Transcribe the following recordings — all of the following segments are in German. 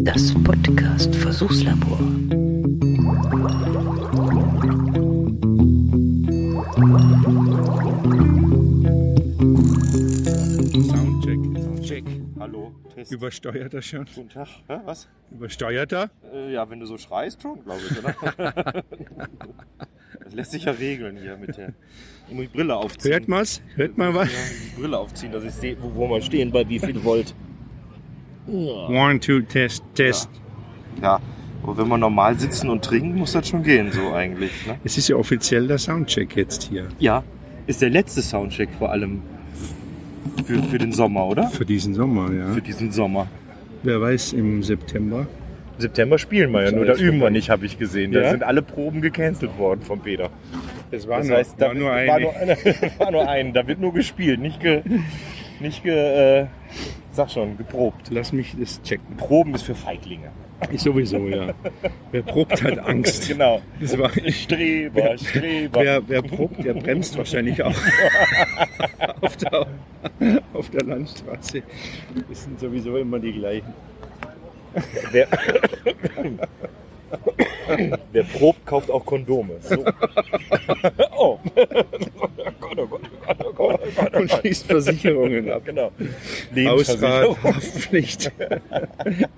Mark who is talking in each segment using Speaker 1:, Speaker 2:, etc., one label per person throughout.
Speaker 1: Das Podcast Versuchslabor.
Speaker 2: Soundcheck.
Speaker 3: Check. Hallo, Test.
Speaker 2: Übersteuert er schon?
Speaker 3: Guten Tag. Hä, was?
Speaker 2: Übersteuert er?
Speaker 3: Äh, ja, wenn du so schreist schon, glaube ich, oder? das lässt sich ja regeln hier mit der. Ich muss die Brille aufziehen.
Speaker 2: Hört man's? Hört man was?
Speaker 3: Ja, die Brille aufziehen, dass ich sehe, wo, wo wir stehen, bei wie viel Volt. Ja.
Speaker 2: One, two, test, test.
Speaker 3: ja. Aber wenn man normal sitzen und trinken, muss das schon gehen, so eigentlich. Ne?
Speaker 2: Es ist ja offiziell der Soundcheck jetzt hier
Speaker 3: Ja, ist der letzte Soundcheck vor allem für, für den Sommer, oder?
Speaker 2: für diesen Sommer, ja.
Speaker 3: Für diesen Sommer.
Speaker 2: Wer weiß, im September.
Speaker 4: Im September spielen wir ja, nur da
Speaker 3: ich
Speaker 4: üben wir nicht, habe ich gesehen. Da
Speaker 3: Ja?
Speaker 4: sind alle Proben gecancelt worden von Peter.
Speaker 2: Es war,
Speaker 4: Das
Speaker 2: nur,
Speaker 4: heißt, da
Speaker 2: war nur
Speaker 4: wird-
Speaker 2: ein.
Speaker 4: War, nur eine, war nur ein. Da wird nur gespielt, nicht ge, nicht ge, äh, sag schon, geprobt.
Speaker 2: Lass mich das checken.
Speaker 4: Proben ist für Feiglinge.
Speaker 2: Ich sowieso, ja. Wer probt, hat Angst.
Speaker 4: Genau.
Speaker 2: Das war,
Speaker 4: Streber, Streber.
Speaker 2: wer, wer probt, der bremst wahrscheinlich auch. auf, der, auf der Landstraße. Das sind sowieso immer die gleichen.
Speaker 4: Wer, wer probt, kauft auch Kondome. So. Oh. oh Gott, oh Gott, oh Gott, oh Gott.
Speaker 2: Und schließt Versicherungen ab.
Speaker 4: Genau.
Speaker 2: Ausrat,
Speaker 4: Lebensversicherung.
Speaker 2: Haftpflicht,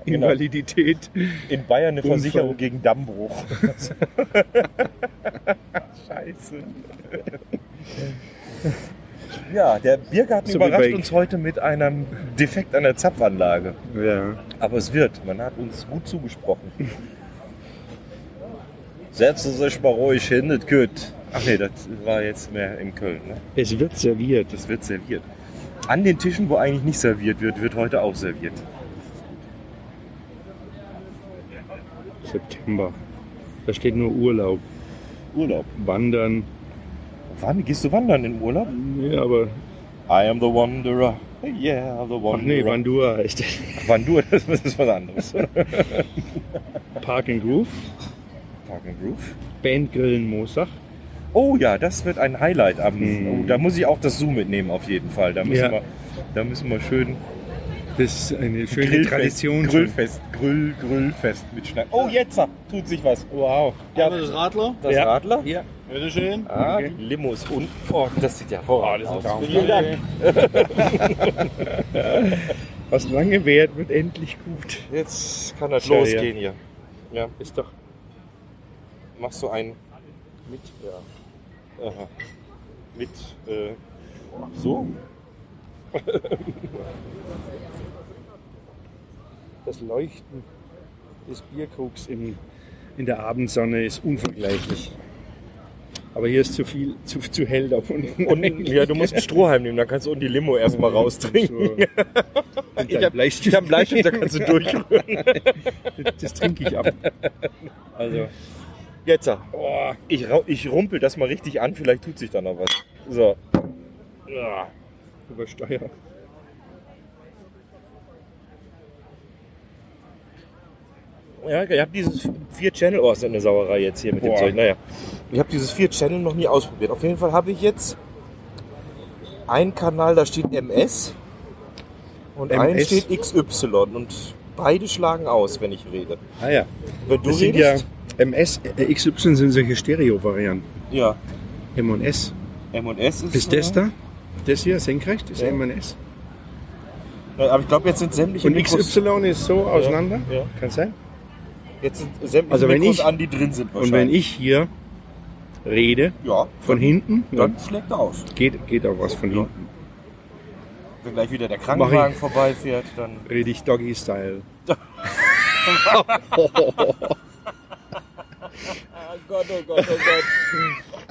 Speaker 2: Genau. Invalidität.
Speaker 4: In Bayern eine
Speaker 2: Unfall.
Speaker 4: Versicherung gegen Dammbruch. Scheiße. Ja, der Biergarten
Speaker 2: So wie
Speaker 4: überrascht
Speaker 2: bei-
Speaker 4: uns heute mit einem Defekt an der Zapfanlage.
Speaker 2: Ja.
Speaker 4: Aber es wird. Man hat uns gut zugesprochen. Setzen Sie sich mal ruhig hin, das geht. Ach nee, das war jetzt mehr in Köln. Ne?
Speaker 2: Es wird serviert.
Speaker 4: Das wird serviert. An den Tischen, wo eigentlich nicht serviert wird, wird heute auch serviert.
Speaker 2: September. Da steht nur Urlaub,
Speaker 4: Urlaub.
Speaker 2: Wandern.
Speaker 4: Wann gehst du wandern in Urlaub?
Speaker 2: Nee, aber.
Speaker 4: I am the Wanderer. Yeah, the
Speaker 2: Ach nee, Bandura
Speaker 4: Wanderer.
Speaker 2: heißt das.
Speaker 4: Wandur, das ist was anderes.
Speaker 2: Park and Groove,
Speaker 4: Park and Groove.
Speaker 2: Bandgrillen Moosach.
Speaker 4: Oh ja, das wird ein Highlight am.
Speaker 2: Mhm.
Speaker 4: Oh, da muss ich auch das Zoom mitnehmen, auf jeden Fall. Da müssen,
Speaker 2: Ja.
Speaker 4: wir, da müssen wir schön.
Speaker 2: Das ist eine schöne
Speaker 4: Grillfest,
Speaker 2: Tradition.
Speaker 4: Grillfest, Grill, Grillfest mitschneiden. Oh, jetzt tut sich was. Wow. Ja, das Radler? Das
Speaker 2: Ja.
Speaker 4: Radler?
Speaker 2: Ja.
Speaker 4: Bitteschön. Ah,
Speaker 2: Okay.
Speaker 4: die Limo ist unten. Oh, das sieht ja
Speaker 2: Ah,
Speaker 4: hervorragend aus.
Speaker 2: Vielen Dank. Was lange währt, wird endlich gut.
Speaker 4: Jetzt kann das
Speaker 2: Ja, ja.
Speaker 4: losgehen hier.
Speaker 2: Ist doch.
Speaker 4: Machst du einen mit? Ja. Aha. Mit, äh, so?
Speaker 2: Das Leuchten des Bierkrugs im, in der Abendsonne ist unvergleichlich. Aber hier ist zu viel, zu, zu hell da unten.
Speaker 4: Und ja, du musst einen Strohhalm nehmen, dann kannst du unten die Limo erstmal raustrinken.
Speaker 2: So. Und dein Bleistift.
Speaker 4: Ich hab einen Bleistift, da kannst du durchrühren.
Speaker 2: Das trinke ich ab. Also,
Speaker 4: Jetzt, oh, ich, rau- ich rumpel das mal richtig an, vielleicht tut sich da noch was. So. Ja.
Speaker 2: übersteuer.
Speaker 4: Ja, ich habe dieses 4-Channel, oh, ist das eine Sauerei jetzt hier mit dem
Speaker 2: Boah.
Speaker 4: Zeug. Naja, ich habe dieses 4-Channel noch nie ausprobiert. Auf jeden Fall habe ich jetzt einen Kanal, da steht MS und einen
Speaker 2: MS?
Speaker 4: steht XY und beide schlagen aus, wenn ich rede.
Speaker 2: Ah ja.
Speaker 4: Wenn du
Speaker 2: das sind ja
Speaker 4: redest,
Speaker 2: MS, äh, XY sind solche Stereo-Varianten.
Speaker 4: ja.
Speaker 2: M und S.
Speaker 4: M&S ist, ne?
Speaker 2: Ist das da? Das hier senkrecht ist
Speaker 4: Ja.
Speaker 2: M und S.
Speaker 4: Ja, Äh, aber ich glaube, jetzt sind sämtliche
Speaker 2: Und
Speaker 4: Mikros,
Speaker 2: XY ist so auseinander?
Speaker 4: Ja.
Speaker 2: Kann sein.
Speaker 4: jetzt sind sämtliche
Speaker 2: Also wenn
Speaker 4: Mikros
Speaker 2: ich-
Speaker 4: an, die drin sind
Speaker 2: Und wenn
Speaker 4: wahrscheinlich.
Speaker 2: ich hier rede,
Speaker 4: ja,
Speaker 2: von hinten,
Speaker 4: dann
Speaker 2: dann
Speaker 4: schlägt er aus.
Speaker 2: geht, geht auch was von
Speaker 4: Ja.
Speaker 2: hinten.
Speaker 4: Wenn gleich wieder der Krankenwagen vorbeifährt, dann
Speaker 2: Rede ich Doggy-Style.
Speaker 4: Oh Gott, oh Gott, oh Gott.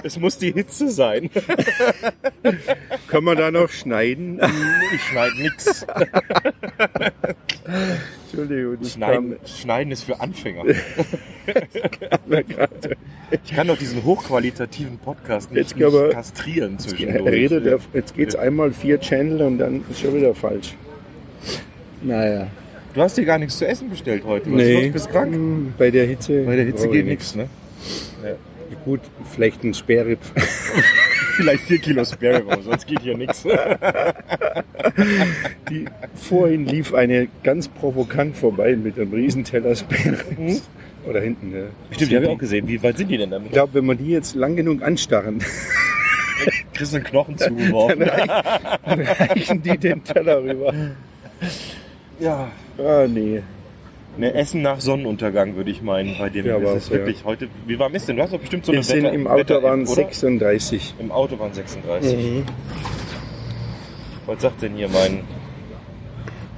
Speaker 4: Es muss die Hitze sein.
Speaker 2: Kann man da noch schneiden?
Speaker 4: Ich schneide nix.
Speaker 2: Entschuldigung, das
Speaker 4: Schneiden, schneiden ist für Anfänger.
Speaker 2: kam mir gerade.
Speaker 4: Ich kann doch diesen hochqualitativen Podcast
Speaker 2: Jetzt
Speaker 4: nicht,
Speaker 2: geht aber-
Speaker 4: nicht kastrieren
Speaker 2: Er
Speaker 4: zwischendurch.
Speaker 2: redet, er- jetzt geht's einmal vier Channel und dann ist schon wieder falsch. Naja.
Speaker 4: Du hast dir gar nichts zu essen bestellt heute. Was ist
Speaker 2: Nee.
Speaker 4: los? bist krank. Oh,
Speaker 2: Mm, Bei der Hitze.
Speaker 4: Bei der Hitze
Speaker 2: brauche ich
Speaker 4: geht nichts, ne?
Speaker 2: Gut, vielleicht ein Sperrripf. vielleicht vier Kilo Sperry raus, sonst geht hier nichts. Die, vorhin lief eine ganz provokant vorbei mit einem Riesenteller
Speaker 4: Hm?
Speaker 2: Sperry. Oder hinten, ne?
Speaker 4: Stimmt, die habe ich auch gesehen. Wie weit sind die denn
Speaker 2: Ich
Speaker 4: damit?
Speaker 2: glaube, wenn man die jetzt lang genug anstarren,
Speaker 4: Kriegst du einen Knochen zugeworfen.
Speaker 2: dann reichen die den Teller rüber.
Speaker 4: ja.
Speaker 2: Ah, nee.
Speaker 4: Ne, Essen nach Sonnenuntergang, würde ich meinen, bei dem
Speaker 2: Ja, aber
Speaker 4: ist es
Speaker 2: auch, ja.
Speaker 4: wirklich heute. Wie warm ist denn? Du hast doch bestimmt so eine
Speaker 2: Wir sind
Speaker 4: Wetter-
Speaker 2: im Auto
Speaker 4: Wetter-App,
Speaker 2: waren
Speaker 4: oder?
Speaker 2: 36.
Speaker 4: Im Auto waren 36. Was sagt denn hier mein,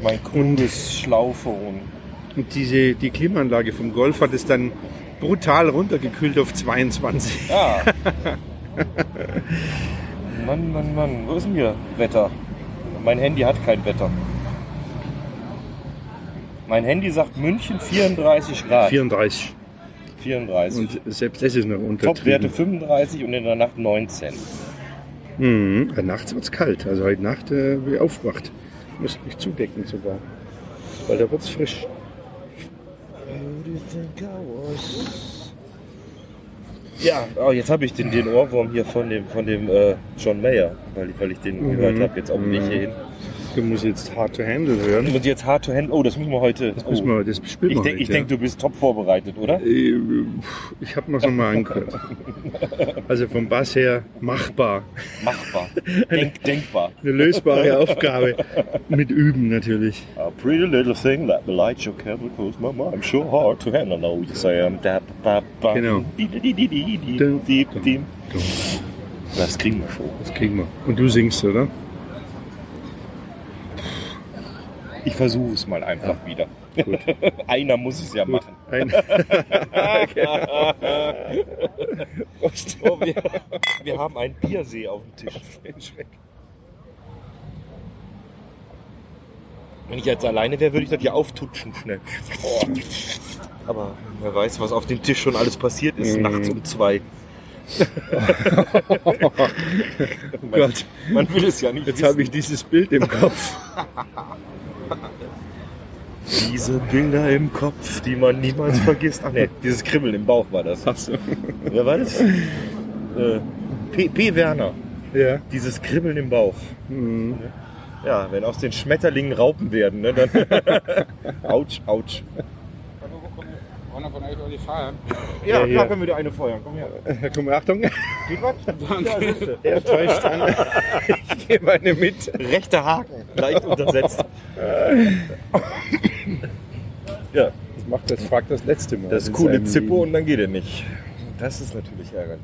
Speaker 4: mein kluges Schlaufon?
Speaker 2: Und diese, die Klimaanlage vom Golf hat es dann brutal runtergekühlt auf 22.
Speaker 4: Ja. Ah. Mann, Mann, Mann, wo ist denn hier Wetter? Mein Handy hat kein Wetter. Mein Handy sagt München 34 Grad.
Speaker 2: 34.
Speaker 4: 34.
Speaker 2: Ah. Und selbst das ist noch untertrieben.
Speaker 4: Topwerte 35 und in der Nacht 19.
Speaker 2: Mhm. Ja, nachts wird es kalt. Also heute Nacht äh, bin ich aufgewacht. Muss mich zudecken sogar. Weil da wird es frisch.
Speaker 4: Ja, oh, jetzt habe ich den, den Ohrwurm hier von dem, von dem äh, John Mayer, weil, ich- weil ich den gehört habe, jetzt auf dem Weg hierhin.
Speaker 2: Du musst jetzt hard to handle hören.
Speaker 4: Und jetzt Hard to Hand, oh, das müssen wir heute. Das
Speaker 2: Müssen wir, das spielen
Speaker 4: ich
Speaker 2: wir
Speaker 4: denke,
Speaker 2: heute,
Speaker 4: ich denk,
Speaker 2: ja.
Speaker 4: du bist top vorbereitet, oder?
Speaker 2: Äh, pff, Ich habe noch mal angehört. Also vom Bass her machbar.
Speaker 4: Machbar. Denk, denkbar.
Speaker 2: Eine lösbare Aufgabe. Mit Üben natürlich.
Speaker 4: A pretty little thing that the light show can close my mind. I'm sure hard to handle. No, you say I'm da ba ba.
Speaker 2: Genau.
Speaker 4: Di, di, di, di, di, di,
Speaker 2: Dum,
Speaker 4: di,
Speaker 2: dum,
Speaker 4: di.
Speaker 2: dum.
Speaker 4: Das kriegen wir schon.
Speaker 2: Das kriegen wir. Und du singst, oder?
Speaker 4: Ich versuche es mal einfach wieder.
Speaker 2: Gut.
Speaker 4: Einer muss es ja machen.
Speaker 2: Ein,
Speaker 4: Oh, wir, wir haben einen Biersee auf dem Tisch.
Speaker 5: Wenn ich jetzt alleine wäre, würde ich das ja auftutschen schnell. Aber wer weiß, was auf dem Tisch schon alles passiert ist,
Speaker 2: Mhm.
Speaker 5: nachts um zwei.
Speaker 2: oh Gott,
Speaker 5: Man will es ja nicht
Speaker 2: jetzt
Speaker 5: wissen.
Speaker 2: habe ich dieses Bild im Kopf.
Speaker 5: diese Bilder im Kopf, die man niemals vergisst. Ach
Speaker 4: Nee, dieses Kribbeln im Bauch war das.
Speaker 2: Achso.
Speaker 4: Wer war das? Äh, P. P. Werner.
Speaker 2: Ja.
Speaker 4: Dieses Kribbeln im Bauch.
Speaker 2: Mhm.
Speaker 4: Ja, wenn aus den Schmetterlingen Raupen werden, ne, dann. Autsch, autsch.
Speaker 6: Einer von euch will die feiern.
Speaker 2: Ja, ja.
Speaker 5: können wir dir eine feuern. Komm her.
Speaker 2: Herr Kummer, Achtung.
Speaker 5: Geht was?
Speaker 2: Er täuscht an. Ich gebe eine mit.
Speaker 5: Rechter Haken, leicht untersetzt.
Speaker 4: Ja,
Speaker 2: Das macht das, fragt das letzte Mal.
Speaker 4: das
Speaker 2: in
Speaker 4: coole
Speaker 2: seinem
Speaker 4: Zippo
Speaker 2: Leben.
Speaker 4: und dann geht er nicht.
Speaker 5: Das ist natürlich ärgerlich.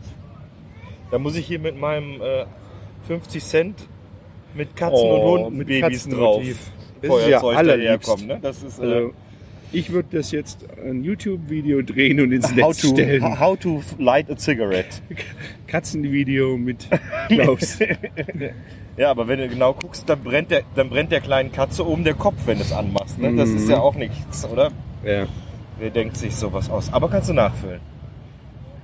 Speaker 5: Da muss ich hier mit meinem äh, 50 Cent mit Katzen
Speaker 4: Oh,
Speaker 5: und Hunden
Speaker 4: mit
Speaker 5: Babys drauf.
Speaker 2: Katzenmotiv. Das ist ja
Speaker 4: Feuerzeug
Speaker 2: allerliebst.
Speaker 4: daherkommen, ne? Das ist äh,
Speaker 2: Also, ich würde das jetzt ein YouTube-Video drehen und ins
Speaker 4: how,
Speaker 2: Netz
Speaker 4: to,
Speaker 2: stellen.
Speaker 4: how to light a cigarette.
Speaker 2: Katzenvideo mit Klaus.
Speaker 4: Ja, aber wenn du genau guckst, dann brennt der, dann brennt der kleinen Katze oben der Kopf, wenn du es anmachst. Ne? Das
Speaker 2: Mhm.
Speaker 4: ist ja auch nichts, oder?
Speaker 2: ja.
Speaker 4: Wer denkt sich sowas aus? Aber kannst du nachfüllen.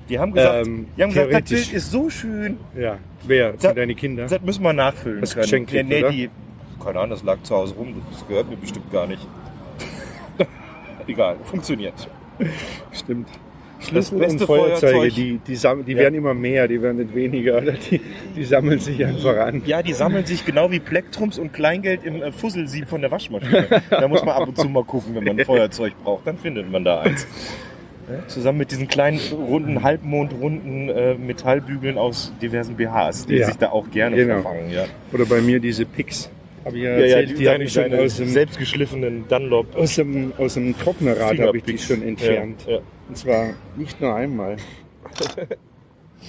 Speaker 4: Die haben gesagt,
Speaker 2: Ähm,
Speaker 4: die haben gesagt das
Speaker 2: theoretisch.
Speaker 4: Bild ist so schön,
Speaker 2: ja. Wer?
Speaker 4: Da-
Speaker 2: Für deine Kinder?
Speaker 4: das müssen wir nachfüllen
Speaker 2: Das
Speaker 4: können.
Speaker 2: Geschenk
Speaker 4: nee,
Speaker 2: gibt,
Speaker 4: nee,
Speaker 2: oder?
Speaker 4: die, keine Ahnung, das lag zu Hause rum, das gehört mir bestimmt gar nicht. Egal, funktioniert.
Speaker 2: Stimmt.
Speaker 4: Das
Speaker 2: Schlüssel und
Speaker 4: beste
Speaker 2: Feuerzeuge,
Speaker 4: Feuerzeug.
Speaker 2: die, die, sam- die
Speaker 4: Ja.
Speaker 2: werden immer mehr, die werden nicht weniger, oder? Die, die sammeln sich einfach an.
Speaker 4: Ja, die sammeln sich genau wie Plektrums und Kleingeld im äh, Fusselsieb von der Waschmaschine. Da muss man ab und zu mal gucken, wenn man ein Feuerzeug braucht, dann findet man da eins. Ja, Zusammen mit diesen kleinen runden, halbmondrunden äh, Metallbügeln aus diversen BHs, die
Speaker 2: Ja.
Speaker 4: sich da auch gerne
Speaker 2: Genau.
Speaker 4: verfangen. Ja,
Speaker 2: Oder bei mir diese Picks. Hab ich ja,
Speaker 4: ja,
Speaker 2: erzählt,
Speaker 4: die-
Speaker 2: die habe
Speaker 4: deine-
Speaker 2: ich schon
Speaker 4: deine
Speaker 2: aus dem,
Speaker 5: Selbstgeschliffenen Dunlop.
Speaker 2: aus dem, aus dem Trocknerrad habe ich die
Speaker 4: Fingerpicks.
Speaker 2: schon entfernt.
Speaker 4: Ja, ja.
Speaker 2: Und zwar nicht nur einmal.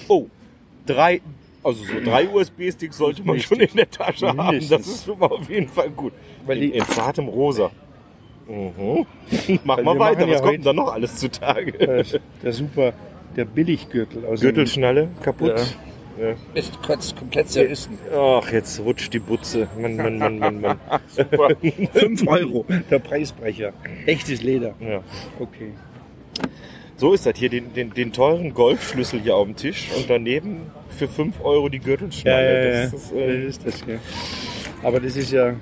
Speaker 5: Oh, drei, also so drei USB-Sticks sollte man schon in der Tasche haben. Das
Speaker 4: Mindestens.
Speaker 5: ist schon mal auf jeden Fall gut.
Speaker 2: Weil
Speaker 5: in,
Speaker 2: die-
Speaker 5: in zartem Rosa. Mhm. Mach
Speaker 2: Weil
Speaker 5: mal
Speaker 2: wir
Speaker 5: weiter,
Speaker 2: machen ja
Speaker 5: was
Speaker 2: heute-
Speaker 5: kommt denn da noch alles zutage?
Speaker 2: Äh, der super, der Billiggürtel aus dem
Speaker 5: Gürtelschnalle kaputt.
Speaker 1: Bist kurz komplett zerrissen.
Speaker 5: Ach, jetzt rutscht die Butze. Mann, Mann, Mann, Mann, Mann. Super.
Speaker 2: 5 Euro, der Preisbrecher. Echtes Leder.
Speaker 5: Ja.
Speaker 2: Okay.
Speaker 5: So ist das hier, den, den, den teuren Golfschlüssel hier auf dem Tisch und daneben für 5 Euro die Gürtelschnalle. Das ist, äh,
Speaker 2: das ist das, ja. Aber das ist ja,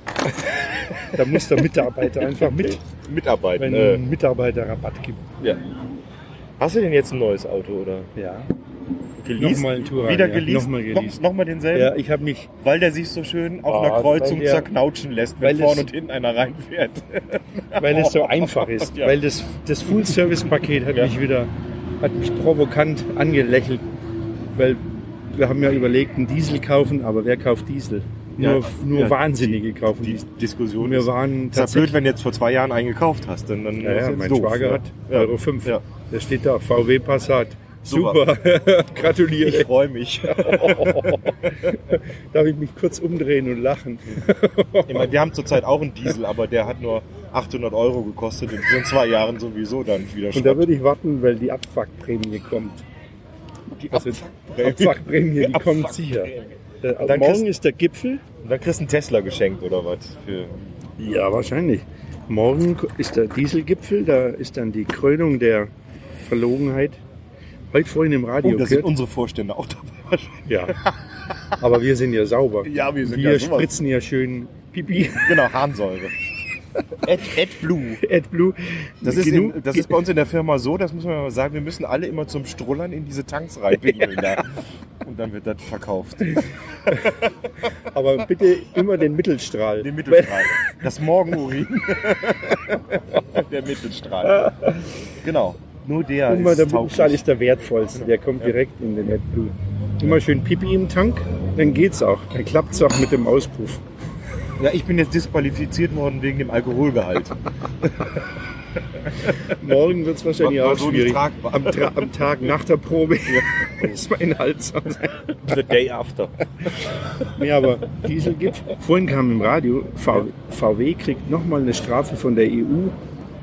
Speaker 2: da muss der Mitarbeiter einfach mit,
Speaker 5: Mitarbeiten.
Speaker 2: wenn
Speaker 5: Äh,
Speaker 2: ein Mitarbeiter Rabatt gibt.
Speaker 5: ja. Hast du denn jetzt ein neues Auto oder?
Speaker 2: Ja.
Speaker 4: Geleast,
Speaker 2: Nochmal ein Touran,
Speaker 4: wieder
Speaker 2: ja.
Speaker 4: geleast,
Speaker 2: Nochmal
Speaker 4: noch-
Speaker 2: geleast.
Speaker 4: Nochmal denselben,
Speaker 2: Ja, ich habe mich
Speaker 4: weil der sich so schön auf
Speaker 2: Ah,
Speaker 4: einer Kreuzung
Speaker 2: weil der-
Speaker 4: zerknautschen lässt,
Speaker 2: weil
Speaker 4: wenn vorne
Speaker 2: es-
Speaker 4: und hinten einer reinfährt.
Speaker 2: weil es so einfach ist.
Speaker 4: Ja.
Speaker 2: Weil das, das Full-Service-Paket hat
Speaker 4: Ja.
Speaker 2: mich wieder, hat mich provokant angelächelt. Weil wir haben ja überlegt, einen Diesel kaufen, aber wer kauft Diesel?
Speaker 4: Ja.
Speaker 2: Nur, nur
Speaker 4: Ja,
Speaker 2: Wahnsinnige kaufen
Speaker 4: Die
Speaker 2: Diesel.
Speaker 4: Diskussion
Speaker 2: Wir
Speaker 4: ist,
Speaker 2: waren
Speaker 4: ist ja
Speaker 2: tatsächlich.
Speaker 4: blöd, wenn du jetzt vor zwei Jahren einen gekauft hast. Dann, dann
Speaker 2: Ja,
Speaker 4: ist
Speaker 2: ja,
Speaker 4: jetzt
Speaker 2: mein
Speaker 4: doof,
Speaker 2: Schwager
Speaker 4: ne?
Speaker 2: hat
Speaker 4: Ja.
Speaker 2: Euro 5.
Speaker 4: Ja.
Speaker 2: Da steht da VW Passat.
Speaker 4: Super.
Speaker 2: Super, gratuliere.
Speaker 4: Ich freue mich.
Speaker 2: Darf ich mich kurz umdrehen und lachen?
Speaker 4: Ich meine, wir haben zurzeit auch einen Diesel, aber der hat nur 800 Euro gekostet und in zwei Jahren sowieso dann wieder
Speaker 2: Und da würde ich warten, weil die Abfuckprämie kommt.
Speaker 4: die
Speaker 2: Also
Speaker 4: Abfuckprämie.
Speaker 2: Abfuckprämie, die kommt sicher. Äh,
Speaker 4: dann
Speaker 2: morgen
Speaker 4: kriegst-
Speaker 2: ist der Gipfel.
Speaker 4: Und dann kriegst du einen Tesla geschenkt oder was? Für
Speaker 2: Ja, wahrscheinlich. Morgen ist der Dieselgipfel, da ist dann die Krönung der Verlogenheit. Heute vorhin im
Speaker 4: oh,
Speaker 2: Radio
Speaker 4: da sind
Speaker 2: gehört.
Speaker 4: unsere Vorstände auch dabei.
Speaker 2: Ja. Aber wir sind ja sauber.
Speaker 4: Ja, wir sind
Speaker 2: wir
Speaker 4: ja sowas.
Speaker 2: spritzen ja schön Pipi.
Speaker 4: Genau, Harnsäure. Ed, Ed Blue.
Speaker 2: AdBlue.
Speaker 4: Das ist,
Speaker 2: Genug-
Speaker 4: in, das ist bei uns in der Firma so, das muss man mal sagen, wir müssen alle immer zum Strullern in diese Tanks reinpinkeln. da. Und dann wird das verkauft.
Speaker 2: Aber bitte immer den Mittelstrahl.
Speaker 4: Den Mittelstrahl. Das Morgenurin. der Mittelstrahl. Genau. Nur der
Speaker 2: Immer
Speaker 4: ist
Speaker 2: der
Speaker 4: tauglich.
Speaker 2: Mittelstrahl ist der wertvollste. Der kommt direkt in den AdBlue. Immer schön Pipi im Tank, dann geht's auch. Dann klappt's auch mit dem Auspuff.
Speaker 4: Ja, ich bin jetzt disqualifiziert worden wegen dem Alkoholgehalt.
Speaker 2: Morgen wird's wahrscheinlich
Speaker 4: War
Speaker 2: auch
Speaker 4: so nicht
Speaker 2: schwierig.
Speaker 4: tragbar.
Speaker 2: Am, Tra am Tag nach der Probe ist mein Hals am
Speaker 4: The day after.
Speaker 2: halt Nee, aber Diesel gibt. Vorhin kam im Radio, v VW kriegt nochmal eine Strafe von der EU,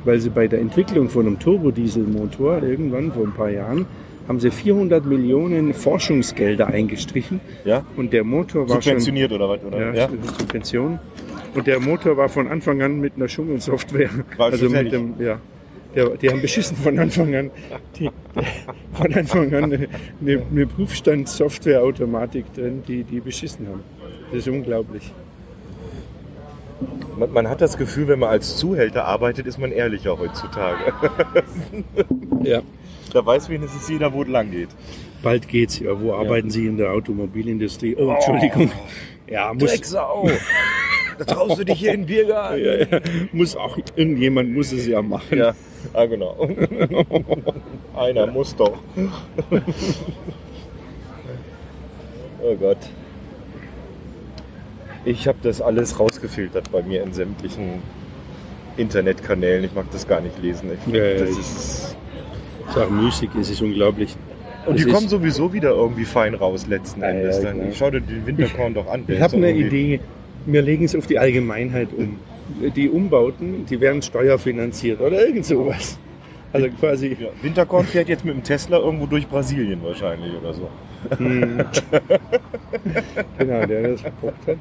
Speaker 2: weil sie bei der Entwicklung von einem Turbodieselmotor irgendwann vor ein paar Jahren haben sie 400 Millionen Forschungsgelder eingestrichen
Speaker 4: Ja?
Speaker 2: und der Motor war schon
Speaker 4: Subventioniert oder was? Oder?
Speaker 2: ja, Subvention und der Motor war von Anfang an mit einer Schummelsoftware.
Speaker 4: War schon
Speaker 2: also
Speaker 4: fertig.
Speaker 2: mit dem ja. Der, die haben beschissen von Anfang an. Die, von Anfang an eine, eine Prüfstandssoftware-Automatik drin, die, die beschissen haben. Das ist unglaublich.
Speaker 4: Man, man hat das Gefühl, wenn man als Zuhälter arbeitet, ist man ehrlicher heutzutage.
Speaker 2: Ja.
Speaker 4: Da weiß wenigstens jeder, wo es lang geht.
Speaker 2: Bald geht's. Ja, wo arbeiten Sie in der Automobilindustrie? Oh, Entschuldigung. Ja, muss,
Speaker 5: Drecksau! da traust du dich hier in den Biergarten.
Speaker 2: ja, ja, muss auch irgendjemand muss es ja machen.
Speaker 4: Ja, ah, genau. Einer muss doch. oh Gott. Ich habe das alles rausgefiltert bei mir in sämtlichen Internetkanälen. Ich mag das gar nicht lesen. Ich,
Speaker 2: Ja, ja,
Speaker 4: das
Speaker 2: ich-
Speaker 4: ist,
Speaker 2: Sag Musik, es ist unglaublich.
Speaker 4: und die
Speaker 2: das ist-
Speaker 4: kommen sowieso wieder irgendwie fein raus letzten
Speaker 2: Ja,
Speaker 4: Endes.
Speaker 2: ja,
Speaker 4: dann.
Speaker 2: klar.
Speaker 4: Schau dir den Winterkorn doch an. der
Speaker 2: Ich
Speaker 4: ist
Speaker 2: habe
Speaker 4: doch
Speaker 2: eine
Speaker 4: irgendwie-
Speaker 2: Idee. Wir legen es auf die Allgemeinheit um. Die Umbauten, die werden steuerfinanziert oder irgend sowas. Also quasi,
Speaker 4: Ja, Winterkorn fährt jetzt mit dem Tesla irgendwo durch Brasilien wahrscheinlich oder so.
Speaker 2: genau, der das verbockt hat.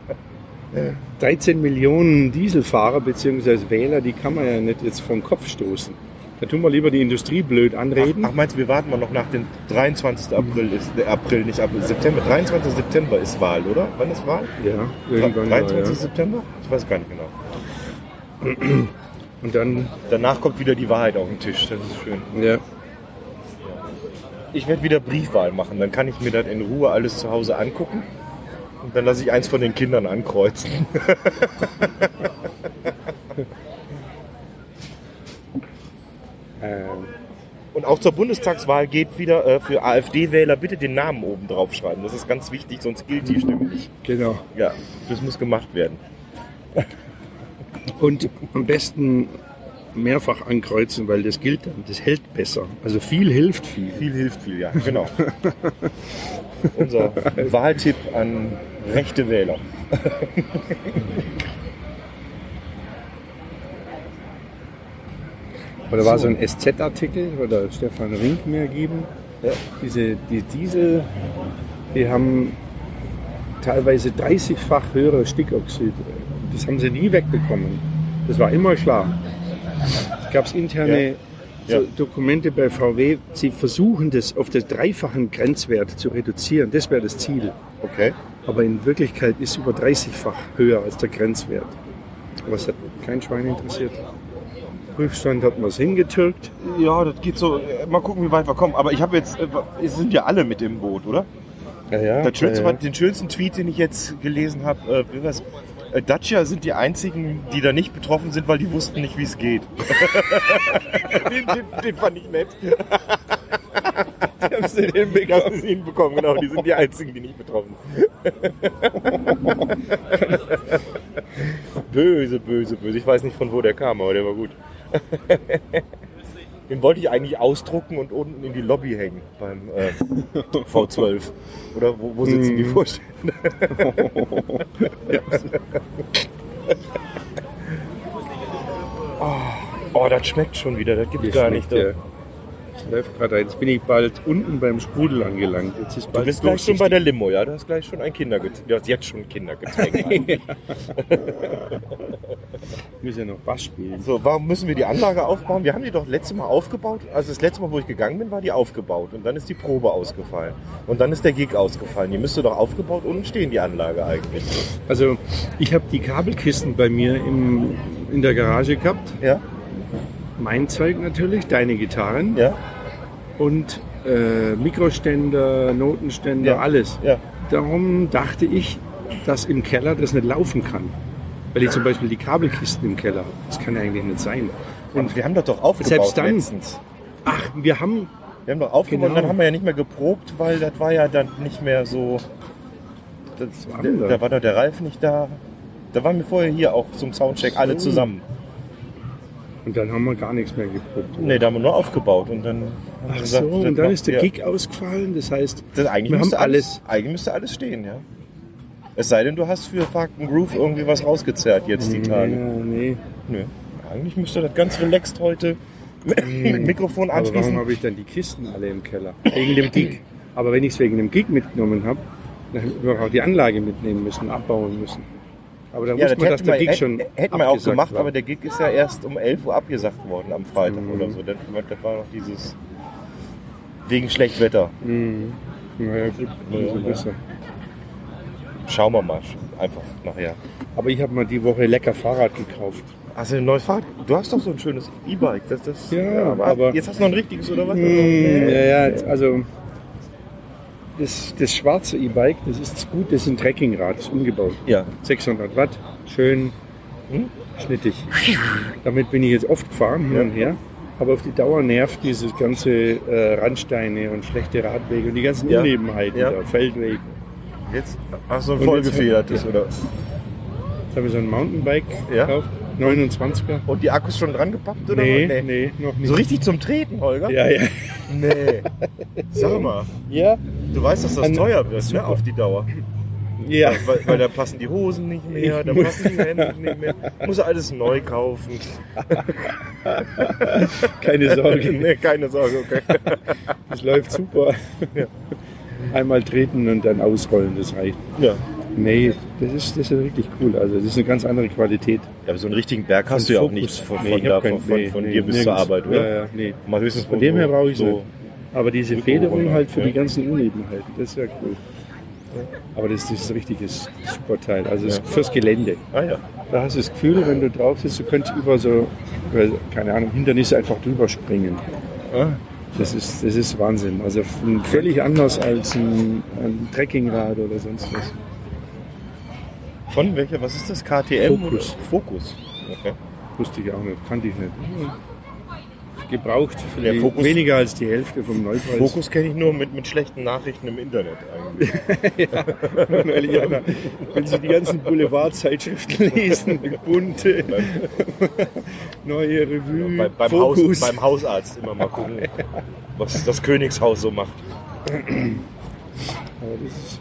Speaker 2: 13 Millionen Dieselfahrer bzw. Wähler, die kann man ja nicht jetzt vom Kopf stoßen. Da tun wir lieber die Industrie blöd anreden.
Speaker 4: Ach, ach meinst du, wir warten mal noch nach dem 23. April ist der April nicht April, September. 23. September ist Wahl, oder? Wann ist Wahl?
Speaker 2: ja, irgendwann.
Speaker 4: 23.
Speaker 2: mal, ja.
Speaker 4: September? Ich weiß gar nicht genau.
Speaker 2: Und dann,
Speaker 4: Danach kommt wieder die Wahrheit auf den Tisch. Das ist schön.
Speaker 2: ja.
Speaker 4: Ich werde wieder Briefwahl machen. Dann kann ich mir das in Ruhe alles zu Hause angucken. Und dann lasse ich eins von den Kindern ankreuzen.
Speaker 2: Ähm,
Speaker 4: Und auch zur Bundestagswahl geht wieder äh, für AfD-Wähler bitte den Namen oben drauf schreiben. Das ist ganz wichtig, sonst gilt die Stimme nicht.
Speaker 2: genau.
Speaker 4: Ja, das muss gemacht werden.
Speaker 2: Und am besten mehrfach ankreuzen, weil das gilt dann. Das hält besser. Also viel hilft viel.
Speaker 4: Viel hilft viel, ja, genau. Unser Wahltipp an rechte Wähler.
Speaker 2: Oder war so ein SZ-Artikel oder Stefan Rink mir geben. Diese die Diesel, die haben teilweise 30-fach höhere Stickoxid. Das haben sie nie wegbekommen. Das war immer klar. Gab es interne
Speaker 4: Ja.
Speaker 2: So Dokumente bei VW, sie versuchen das auf den dreifachen Grenzwert zu reduzieren. Das wäre das Ziel.
Speaker 4: Okay.
Speaker 2: Aber in Wirklichkeit ist über 30-fach höher als der Grenzwert. Aber es hat kein Schwein interessiert. Prüfstand hat man es hingetürkt.
Speaker 4: Ja, das geht so. Äh, Mal gucken, wie weit wir kommen. Aber ich habe jetzt, äh, es sind ja alle mit im Boot, oder?
Speaker 2: Ja, ja.
Speaker 4: Das schönste, war- Den schönsten Tweet, den ich jetzt gelesen habe, äh, wie war's? äh, Dacia sind die einzigen, die da nicht betroffen sind, weil die wussten nicht, wie es geht. den, den, den fand ich nett.
Speaker 2: Hast du den Begriff?
Speaker 4: Dass sie ihn bekommen, genau. Die sind die einzigen, die nicht betroffen sind. böse, böse, böse. Ich weiß nicht, von wo der kam, aber der war gut. Den wollte ich eigentlich ausdrucken und unten in die Lobby hängen beim äh, V12. Oder wo, wo sitzen die Vorstände? oh, oh, das schmeckt schon wieder. Das gibt's
Speaker 2: Hier
Speaker 4: gar
Speaker 2: schmeckt
Speaker 4: nicht.
Speaker 2: der. Es läuft gerade ein. Jetzt bin ich bald unten beim Sprudel angelangt. Jetzt ist bald
Speaker 4: Du bist gleich schon
Speaker 2: durchsichtig.
Speaker 4: bei der Limo, ja? Du hast gleich schon ein Kindergetränk. Du hast jetzt schon ein Kindergetränk.
Speaker 2: Ich muss ja noch Bass spielen.
Speaker 4: so, warum müssen wir die Anlage aufbauen? Wir haben die doch letztes Mal aufgebaut. Also das letzte Mal, wo ich gegangen bin, war die aufgebaut. Und dann ist die Probe ausgefallen. Und dann ist der Gig ausgefallen. Die müsste doch aufgebaut unten stehen, die Anlage eigentlich.
Speaker 2: Also, ich habe die Kabelkisten bei mir im, in der Garage gehabt.
Speaker 4: Ja?
Speaker 2: Mein Zeug natürlich, deine Gitarren
Speaker 4: Ja?
Speaker 2: und äh, Mikroständer, Notenständer,
Speaker 4: Ja.
Speaker 2: alles.
Speaker 4: Ja.
Speaker 2: Darum dachte ich, dass im Keller das nicht laufen kann. Weil ich zum Beispiel die Kabelkisten im Keller habe. Das kann ja eigentlich nicht sein.
Speaker 4: Und wir haben das doch aufgebaut
Speaker 2: Selbst dann?
Speaker 4: letztens.
Speaker 2: Ach, wir haben
Speaker 4: Wir haben doch aufgebaut
Speaker 2: Genau.
Speaker 4: und dann haben wir ja nicht mehr geprobt, weil das war ja dann nicht mehr so... Das,
Speaker 2: war
Speaker 4: da,
Speaker 2: anders.
Speaker 4: da war doch der Ralf nicht da. Da waren wir vorher hier auch zum Soundcheck alle
Speaker 2: So.
Speaker 4: zusammen.
Speaker 2: Und dann haben wir gar nichts mehr geprobt.
Speaker 4: Nee, da haben wir nur aufgebaut und dann haben wir
Speaker 2: Ach
Speaker 4: gesagt,
Speaker 2: so, und dann
Speaker 4: macht-
Speaker 2: ist der
Speaker 4: ja,
Speaker 2: Gig ausgefallen. Das heißt,
Speaker 4: Das eigentlich
Speaker 2: wir haben
Speaker 4: müsste
Speaker 2: alles.
Speaker 4: Eigentlich müsste alles stehen, ja. Es sei denn, du hast für Parken Groove irgendwie was rausgezerrt jetzt
Speaker 2: Mhm.
Speaker 4: die Tage.
Speaker 2: Ja, nee.
Speaker 4: Nö. Eigentlich müsste das ganz relaxed heute mit Mikrofon
Speaker 2: Mhm. Aber warum
Speaker 4: anschließen.
Speaker 2: habe ich dann die Kisten alle im Keller? Wegen dem Gig. Aber wenn ich es wegen dem Gig mitgenommen habe, dann hätten wir auch die Anlage mitnehmen müssen, abbauen müssen. Aber da
Speaker 4: Ja,
Speaker 2: wusste
Speaker 4: das
Speaker 2: man, dass
Speaker 4: hätten
Speaker 2: der
Speaker 4: wir,
Speaker 2: Gig
Speaker 4: hätten,
Speaker 2: schon
Speaker 4: hätten wir auch
Speaker 2: abgesagt
Speaker 4: gemacht,
Speaker 2: war.
Speaker 4: aber der Gig ist ja erst um 11 Uhr abgesagt worden am Freitag
Speaker 2: Mhm.
Speaker 4: oder so. Das, das war noch dieses wegen schlecht Wetter.
Speaker 2: Mhm. Naja, gut, umso
Speaker 4: Ja.
Speaker 2: besser.
Speaker 4: Schauen wir mal einfach nachher.
Speaker 2: Aber ich habe mal die Woche lecker Fahrrad gekauft.
Speaker 4: Hast du Also, eine neue Fahrt? Du hast doch so ein schönes E-Bike. Das, das,
Speaker 2: Ja, aber-
Speaker 4: Jetzt hast du noch ein richtiges, oder was?
Speaker 2: Hm, ja, ja, also das, das schwarze E-Bike, das ist gut, das ist ein Trekkingrad, das ist umgebaut.
Speaker 4: Ja.
Speaker 2: 600 Watt, schön
Speaker 4: Hm?
Speaker 2: schnittig. Damit bin ich jetzt oft gefahren, hin
Speaker 4: Ja.
Speaker 2: und her. Aber auf die Dauer nervt dieses ganze äh, Randsteine und schlechte Radwege und die ganzen
Speaker 4: Ja.
Speaker 2: Unebenheiten
Speaker 4: Ja.
Speaker 2: da, Feldweg.
Speaker 4: Jetzt hast du ein
Speaker 2: Und
Speaker 4: vollgefedertes,
Speaker 2: jetzt-
Speaker 4: oder?
Speaker 2: Jetzt habe ich so ein Mountainbike
Speaker 4: Ja.
Speaker 2: gekauft, 29er.
Speaker 4: Und die Akkus schon dran gepappt, oder?
Speaker 2: Nee,
Speaker 4: was?
Speaker 2: nee, noch nicht.
Speaker 4: So richtig zum Treten, Holger?
Speaker 2: Ja, ja.
Speaker 4: Nee. Sag mal,
Speaker 2: Ja,
Speaker 4: du weißt, dass das
Speaker 2: An-
Speaker 4: teuer wird, ne, auf die Dauer.
Speaker 2: ja.
Speaker 4: Weil, weil da passen die Hosen nicht mehr, da passen die Hände nicht mehr. Muss alles neu kaufen.
Speaker 2: keine Sorge.
Speaker 4: Nee, keine Sorge, okay.
Speaker 2: Das läuft super. Einmal treten und dann ausrollen, das reicht.
Speaker 4: Ja.
Speaker 2: Nee, das ist, das ist wirklich cool. Also das ist eine ganz andere Qualität.
Speaker 4: aber so einen richtigen Berg hast
Speaker 2: Von
Speaker 4: du ja auch
Speaker 2: Fokus.
Speaker 4: nicht von,
Speaker 2: Nee,
Speaker 4: von,
Speaker 2: ich
Speaker 4: da,
Speaker 2: hab keinen-
Speaker 4: von, von,
Speaker 2: nee,
Speaker 4: von
Speaker 2: nee,
Speaker 4: dir bis zur
Speaker 2: nirgends.
Speaker 4: Arbeit, oder?
Speaker 2: Ja, ja, nee.
Speaker 4: Mal höchstens
Speaker 2: Von dem her brauche ich
Speaker 4: so.
Speaker 2: so. Aber diese
Speaker 4: Rücken
Speaker 2: Federung
Speaker 4: runter,
Speaker 2: halt für
Speaker 4: ja.
Speaker 2: die ganzen Unebenheiten, das ist ja cool. Aber das, das ist ein richtiges Superteil. Also es- fürs Gelände.
Speaker 4: Ah ja.
Speaker 2: Da hast du das Gefühl, wenn du drauf sitzt, du könntest über so, über, keine Ahnung, Hindernisse einfach drüber springen.
Speaker 4: Ah.
Speaker 2: Das ist, das ist Wahnsinn. Also f- völlig anders als ein, ein Trekkingrad oder sonst was.
Speaker 4: Von welcher, was ist das? KTM?
Speaker 2: Fokus.
Speaker 4: Oder? Fokus. Okay.
Speaker 2: Wusste ich auch nicht, kannte ich nicht. Gebraucht,
Speaker 4: Der
Speaker 2: die-
Speaker 4: Fokus-
Speaker 2: weniger als die Hälfte vom Neupreis.
Speaker 4: Fokus kenne ich nur mit, mit schlechten Nachrichten im Internet eigentlich.
Speaker 2: Neulich einer, wenn Sie die ganzen Boulevardzeitschriften lesen, die bunte, neue Revue,
Speaker 4: Bei, beim, Haus,
Speaker 2: Fokus.
Speaker 4: beim Hausarzt immer mal gucken, was das Königshaus so macht.
Speaker 2: Aber das ist-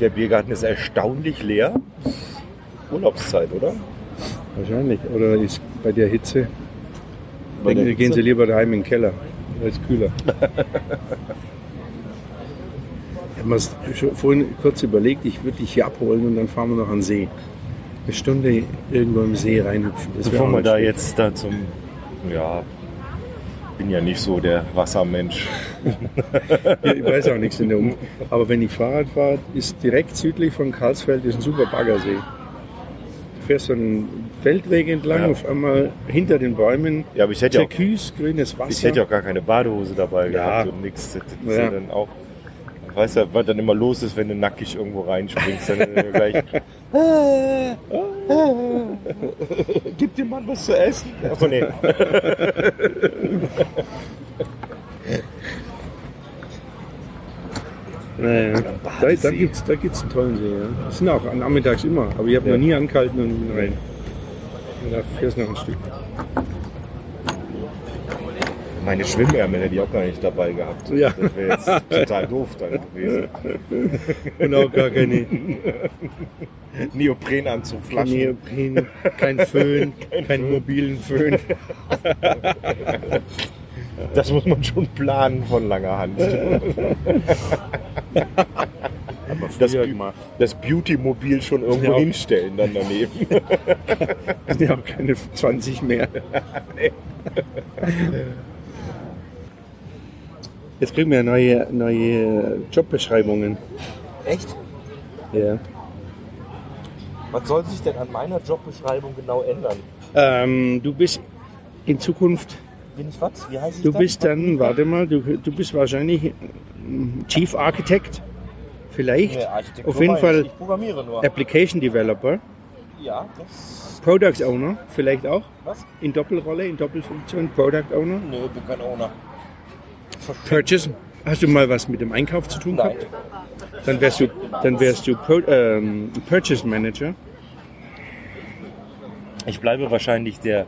Speaker 4: Der Biergarten ist erstaunlich leer. Urlaubszeit, oder?
Speaker 2: wahrscheinlich. Oder ist bei der Hitze,
Speaker 4: Bei der
Speaker 2: denken, gehen Sie
Speaker 4: Hitze?
Speaker 2: lieber daheim in den Keller, weil es kühler. Haben wir es schon vorhin kurz überlegt, ich würde dich hier abholen und dann fahren wir noch an den See. Eine Stunde irgendwo im See reinhüpfen. Das wär
Speaker 4: Bevor
Speaker 2: auch
Speaker 4: wir
Speaker 2: nicht
Speaker 4: da
Speaker 2: schlecht.
Speaker 4: jetzt da zum. Ja, bin ja nicht so der Wassermensch.
Speaker 2: Ja, Ich weiß auch Um-, nichts in der Umgebung. Aber wenn ich Fahrrad fahre, ist direkt südlich von Karlsfeld ist ein super Baggersee. fährst so einen Feldweg entlang,
Speaker 4: Ja.
Speaker 2: auf einmal hinter den Bäumen
Speaker 4: Ja, aber ich hätte ja auch,
Speaker 2: türkis grünes Wasser.
Speaker 4: ich hätte ja auch gar keine Badehose dabei
Speaker 2: Ja.
Speaker 4: gehabt und nichts. Das ist
Speaker 2: Ja.
Speaker 4: ja. dann auch. Weißt du, was dann immer los ist, wenn du nackig irgendwo reinspringst, dann äh, gleich. Ah. Gib dem Mann was zu essen. Achso, nee.
Speaker 2: Naja. Da, da gibt es da gibt's einen tollen See. Ja. Das sind auch an- nachmittags immer, aber ich habe
Speaker 4: Ja.
Speaker 2: noch nie angehalten und bin rein. Und da fährst du noch ein Stück.
Speaker 4: Meine Schwimmärmel hätte ich auch gar nicht dabei gehabt.
Speaker 2: Ja.
Speaker 4: Das wäre jetzt total doof dann gewesen.
Speaker 2: Und auch gar keine
Speaker 4: Neoprenanzug, Flaschen.
Speaker 2: Neopren, kein Föhn, keinen mobilen Föhn.
Speaker 4: Das muss man schon planen von langer Hand. das,
Speaker 2: früher
Speaker 4: Be- das Beauty-Mobil schon irgendwo
Speaker 2: Ja.
Speaker 4: hinstellen dann daneben.
Speaker 2: Das sind ja auch keine 20 mehr. Jetzt kriegen wir neue, neue Jobbeschreibungen.
Speaker 5: Echt?
Speaker 2: Ja.
Speaker 5: Was soll sich denn an meiner Jobbeschreibung genau ändern?
Speaker 2: Ähm, du bist in Zukunft,
Speaker 5: Bin ich was? Wie heißt ich
Speaker 2: du
Speaker 5: dann?
Speaker 2: bist dann, warte mal, du, du bist wahrscheinlich mm, Chief Architect, vielleicht
Speaker 5: Nee, Architektur
Speaker 2: Auf jeden
Speaker 5: weiß ich.
Speaker 2: Fall-
Speaker 5: Ich programmiere nur.
Speaker 2: Application Developer,
Speaker 5: Ja, das.
Speaker 2: Product Owner, vielleicht auch.
Speaker 5: Was?
Speaker 2: In Doppelrolle, in Doppelfunktion, Product Owner.
Speaker 5: Nö, bin kein Owner.
Speaker 2: Purchase. Hast du mal was mit dem Einkauf zu tun
Speaker 5: Nein.
Speaker 2: gehabt? Dann wärst du, dann wärst du Pro, ähm, Purchase Manager.
Speaker 4: Ich bleibe wahrscheinlich der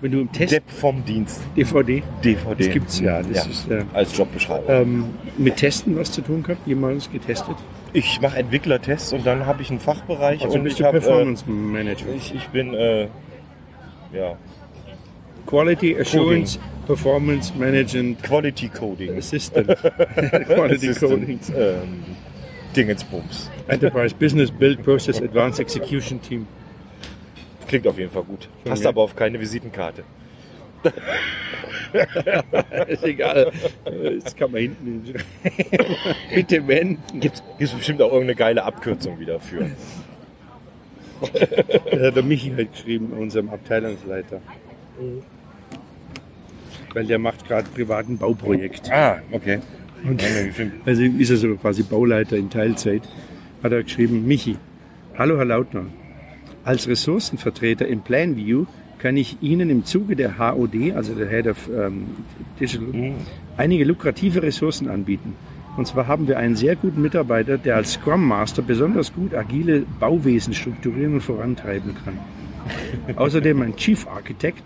Speaker 2: Wenn du im Test
Speaker 4: Depp vom Dienst
Speaker 2: DVD,
Speaker 4: DVD.
Speaker 2: das gibt's ja, das ist ja.
Speaker 4: als Jobbeschreibung.
Speaker 2: Ähm, mit Testen was zu tun gehabt, jemals getestet.
Speaker 4: Ich mache Entwicklertests und dann habe ich einen Fachbereich
Speaker 2: Also
Speaker 4: und
Speaker 2: bist
Speaker 4: ich,
Speaker 2: du
Speaker 4: hab, äh,
Speaker 2: Performance Manager.
Speaker 4: ich, ich bin äh, ja,
Speaker 2: Quality Assurance Performance Management
Speaker 4: Quality Coding.
Speaker 2: Assistant. Quality
Speaker 4: Assistant,
Speaker 2: Coding.
Speaker 4: Ähm, Dingensbums.
Speaker 2: Enterprise Business Build Process Advanced Execution Team.
Speaker 4: Klingt auf jeden Fall gut. Passt
Speaker 2: ja.
Speaker 4: aber auf keine Visitenkarte.
Speaker 2: Ist egal. Das kann man hinten hin. Bitte wenden. Gibt's
Speaker 4: Gibt bestimmt auch irgendeine geile Abkürzung wieder für.
Speaker 2: Das hat der Michi halt geschrieben, unserem Abteilungsleiter. Weil der macht gerade privaten Bauprojekt.
Speaker 4: Ah, okay.
Speaker 2: Und
Speaker 4: bestimmt.
Speaker 2: also ist er so quasi Bauleiter in Teilzeit. Hat er geschrieben, Michi, hallo Herr Lautner. Als Ressourcenvertreter in PlanView kann ich Ihnen im Zuge der HOD, also der Head of ähm, Digital,
Speaker 4: Mhm.
Speaker 2: einige lukrative Ressourcen anbieten. Und zwar haben wir einen sehr guten Mitarbeiter, der als Scrum Master besonders gut agile Bauwesen strukturieren und vorantreiben kann. Außerdem ein Chief Architect,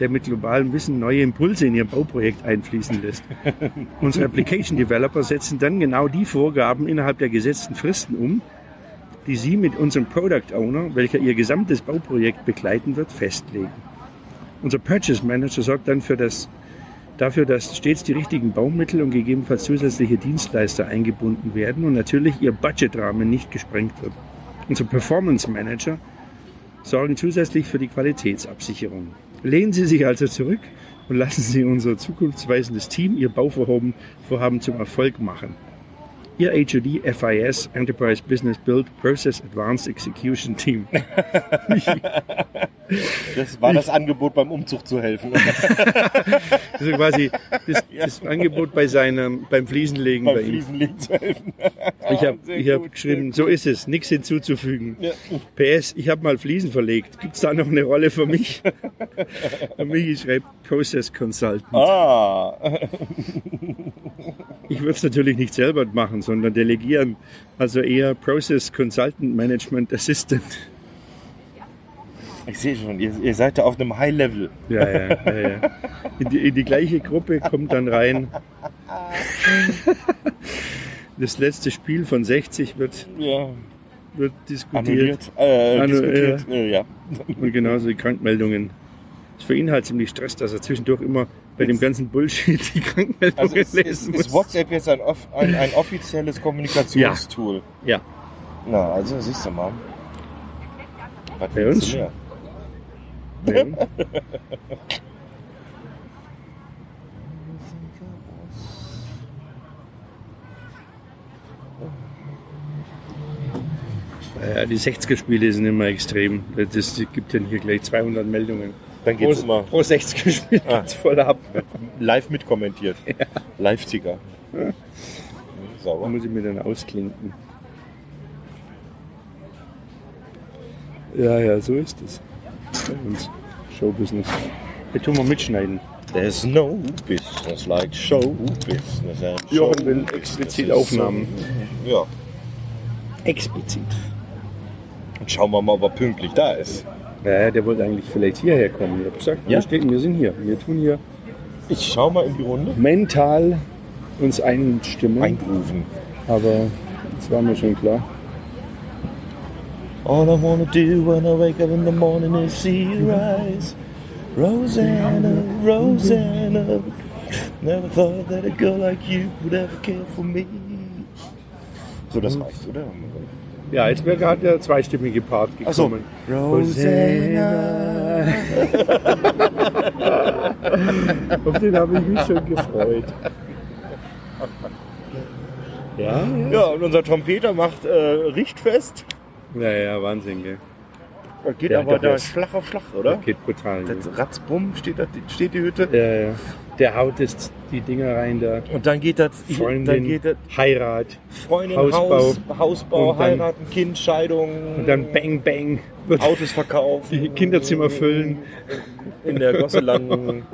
Speaker 2: der mit globalem Wissen neue Impulse in ihr Bauprojekt einfließen lässt. Unsere Application Developer setzen dann genau die Vorgaben innerhalb der gesetzten Fristen um, die sie mit unserem Product Owner, welcher ihr gesamtes Bauprojekt begleiten wird, festlegen. Unser Purchase Manager sorgt dann für das, dafür, dass stets die richtigen Baumittel und gegebenenfalls zusätzliche Dienstleister eingebunden werden und natürlich ihr Budgetrahmen nicht gesprengt wird. Unser Performance Manager sorgen zusätzlich für die Qualitätsabsicherung. Lehnen Sie sich also zurück und lassen Sie unser zukunftsweisendes Team Ihr Bauvorhaben Vorhaben zum Erfolg machen. Ihr HOD FIS Enterprise Business Build Process Advanced Execution Team.
Speaker 4: Das war das Angebot beim Umzug zu helfen.
Speaker 2: Das ist quasi das, das Angebot bei seinem, beim Fliesenlegen bei
Speaker 4: beim
Speaker 2: ihm.
Speaker 4: Fliesenlegen zu helfen.
Speaker 2: Ich habe
Speaker 4: Sehr
Speaker 2: ich hab
Speaker 4: gut,
Speaker 2: geschrieben, so ist es, nichts hinzuzufügen. PS, ich habe mal Fliesen verlegt. Gibt es da noch eine Rolle für mich? Und Michi schreibt Process Consultant.
Speaker 4: Ah,
Speaker 2: Ich würde es natürlich nicht selber machen, sondern delegieren. Also eher Process Consultant Management Assistant.
Speaker 4: ich sehe schon, ihr, ihr seid da auf einem High Level.
Speaker 2: Ja, ja, ja. ja. In, die, in die gleiche Gruppe kommt dann rein. Das letzte Spiel von 60 wird,
Speaker 4: Ja,
Speaker 2: wird diskutiert.
Speaker 4: annulliert. Äh,
Speaker 2: Annu-
Speaker 4: diskutiert. Äh, ja.
Speaker 2: Und genauso die Krankmeldungen. Ist für ihn halt ziemlich Stress, dass er zwischendurch immer bei dem ganzen Bullshit die Krankmeldungen
Speaker 4: Also ist, ist,
Speaker 2: lesen muss.
Speaker 4: ist WhatsApp jetzt ein, off- ein, ein offizielles Kommunikationstool?
Speaker 2: Ja.
Speaker 4: Na, also siehst du mal. Was
Speaker 2: Bei
Speaker 4: willst
Speaker 2: uns?
Speaker 4: du mehr?
Speaker 2: Ja. Naja, die 60er-Spiele sind immer extrem. Das gibt dann hier gleich 200 Meldungen.
Speaker 4: Dann
Speaker 2: Pro,
Speaker 4: geht's immer
Speaker 2: pro 60er-Spiel
Speaker 4: Ah.
Speaker 2: geht's voll ab.
Speaker 4: live mitkommentiert. Live-Ticker.
Speaker 2: Da
Speaker 4: Sauber.
Speaker 2: muss ich mir dann ausklinken. Ja, ja, so ist es. Bei uns. Showbusiness. Hier tun wir mitschneiden.
Speaker 4: There's no business like show business. and show
Speaker 2: Jochen will
Speaker 4: business
Speaker 2: explizit
Speaker 4: is
Speaker 2: Aufnahmen.
Speaker 4: So, ja.
Speaker 2: Explizit.
Speaker 4: Und schauen wir mal, ob er pünktlich da ist.
Speaker 2: Ja, der wollte eigentlich vielleicht hierher kommen. Ich habe gesagt,
Speaker 4: Ja.
Speaker 2: wir, stehen, wir sind hier. Wir tun hier
Speaker 4: Ich schau mal in die Runde.
Speaker 2: mental uns einstimmen.
Speaker 4: Eingrooven.
Speaker 2: Aber das war mir schon klar.
Speaker 4: All I wanna do when I wake up in the morning is see your eyes. Rosanna, Rosanna. Never thought that a girl like you would ever care for me. So, das reicht, oder?
Speaker 2: Ja, jetzt wäre gerade der zweistimmige Part
Speaker 4: Ach so.
Speaker 2: gekommen.
Speaker 4: Rosanna.
Speaker 2: Auf den habe ich mich schon gefreut. Ja, ja.
Speaker 4: Ja, und unser Trompeter macht äh, richtfest.
Speaker 2: Ja, ja, Wahnsinn, gell?
Speaker 4: Das geht
Speaker 2: Ja,
Speaker 4: aber
Speaker 2: doch,
Speaker 4: da
Speaker 2: das-
Speaker 4: Schlag auf Schlag, oder?
Speaker 2: Das geht brutal. gell?
Speaker 4: Das Ratzbumm steht, da, steht die Hütte.
Speaker 2: Ja, ja. Der haut jetzt die Dinger rein da.
Speaker 4: Und dann geht das,
Speaker 2: Freundin,
Speaker 4: dann geht das
Speaker 2: Heirat.
Speaker 4: Freundin,
Speaker 2: Hausbau.
Speaker 4: Haus, Hausbau,
Speaker 2: Und dann-
Speaker 4: heiraten, Kind, Scheidung.
Speaker 2: Und dann bang, bang. Wird
Speaker 4: Autos verkaufen.
Speaker 2: die Kinderzimmer füllen.
Speaker 4: In der Gosse landen.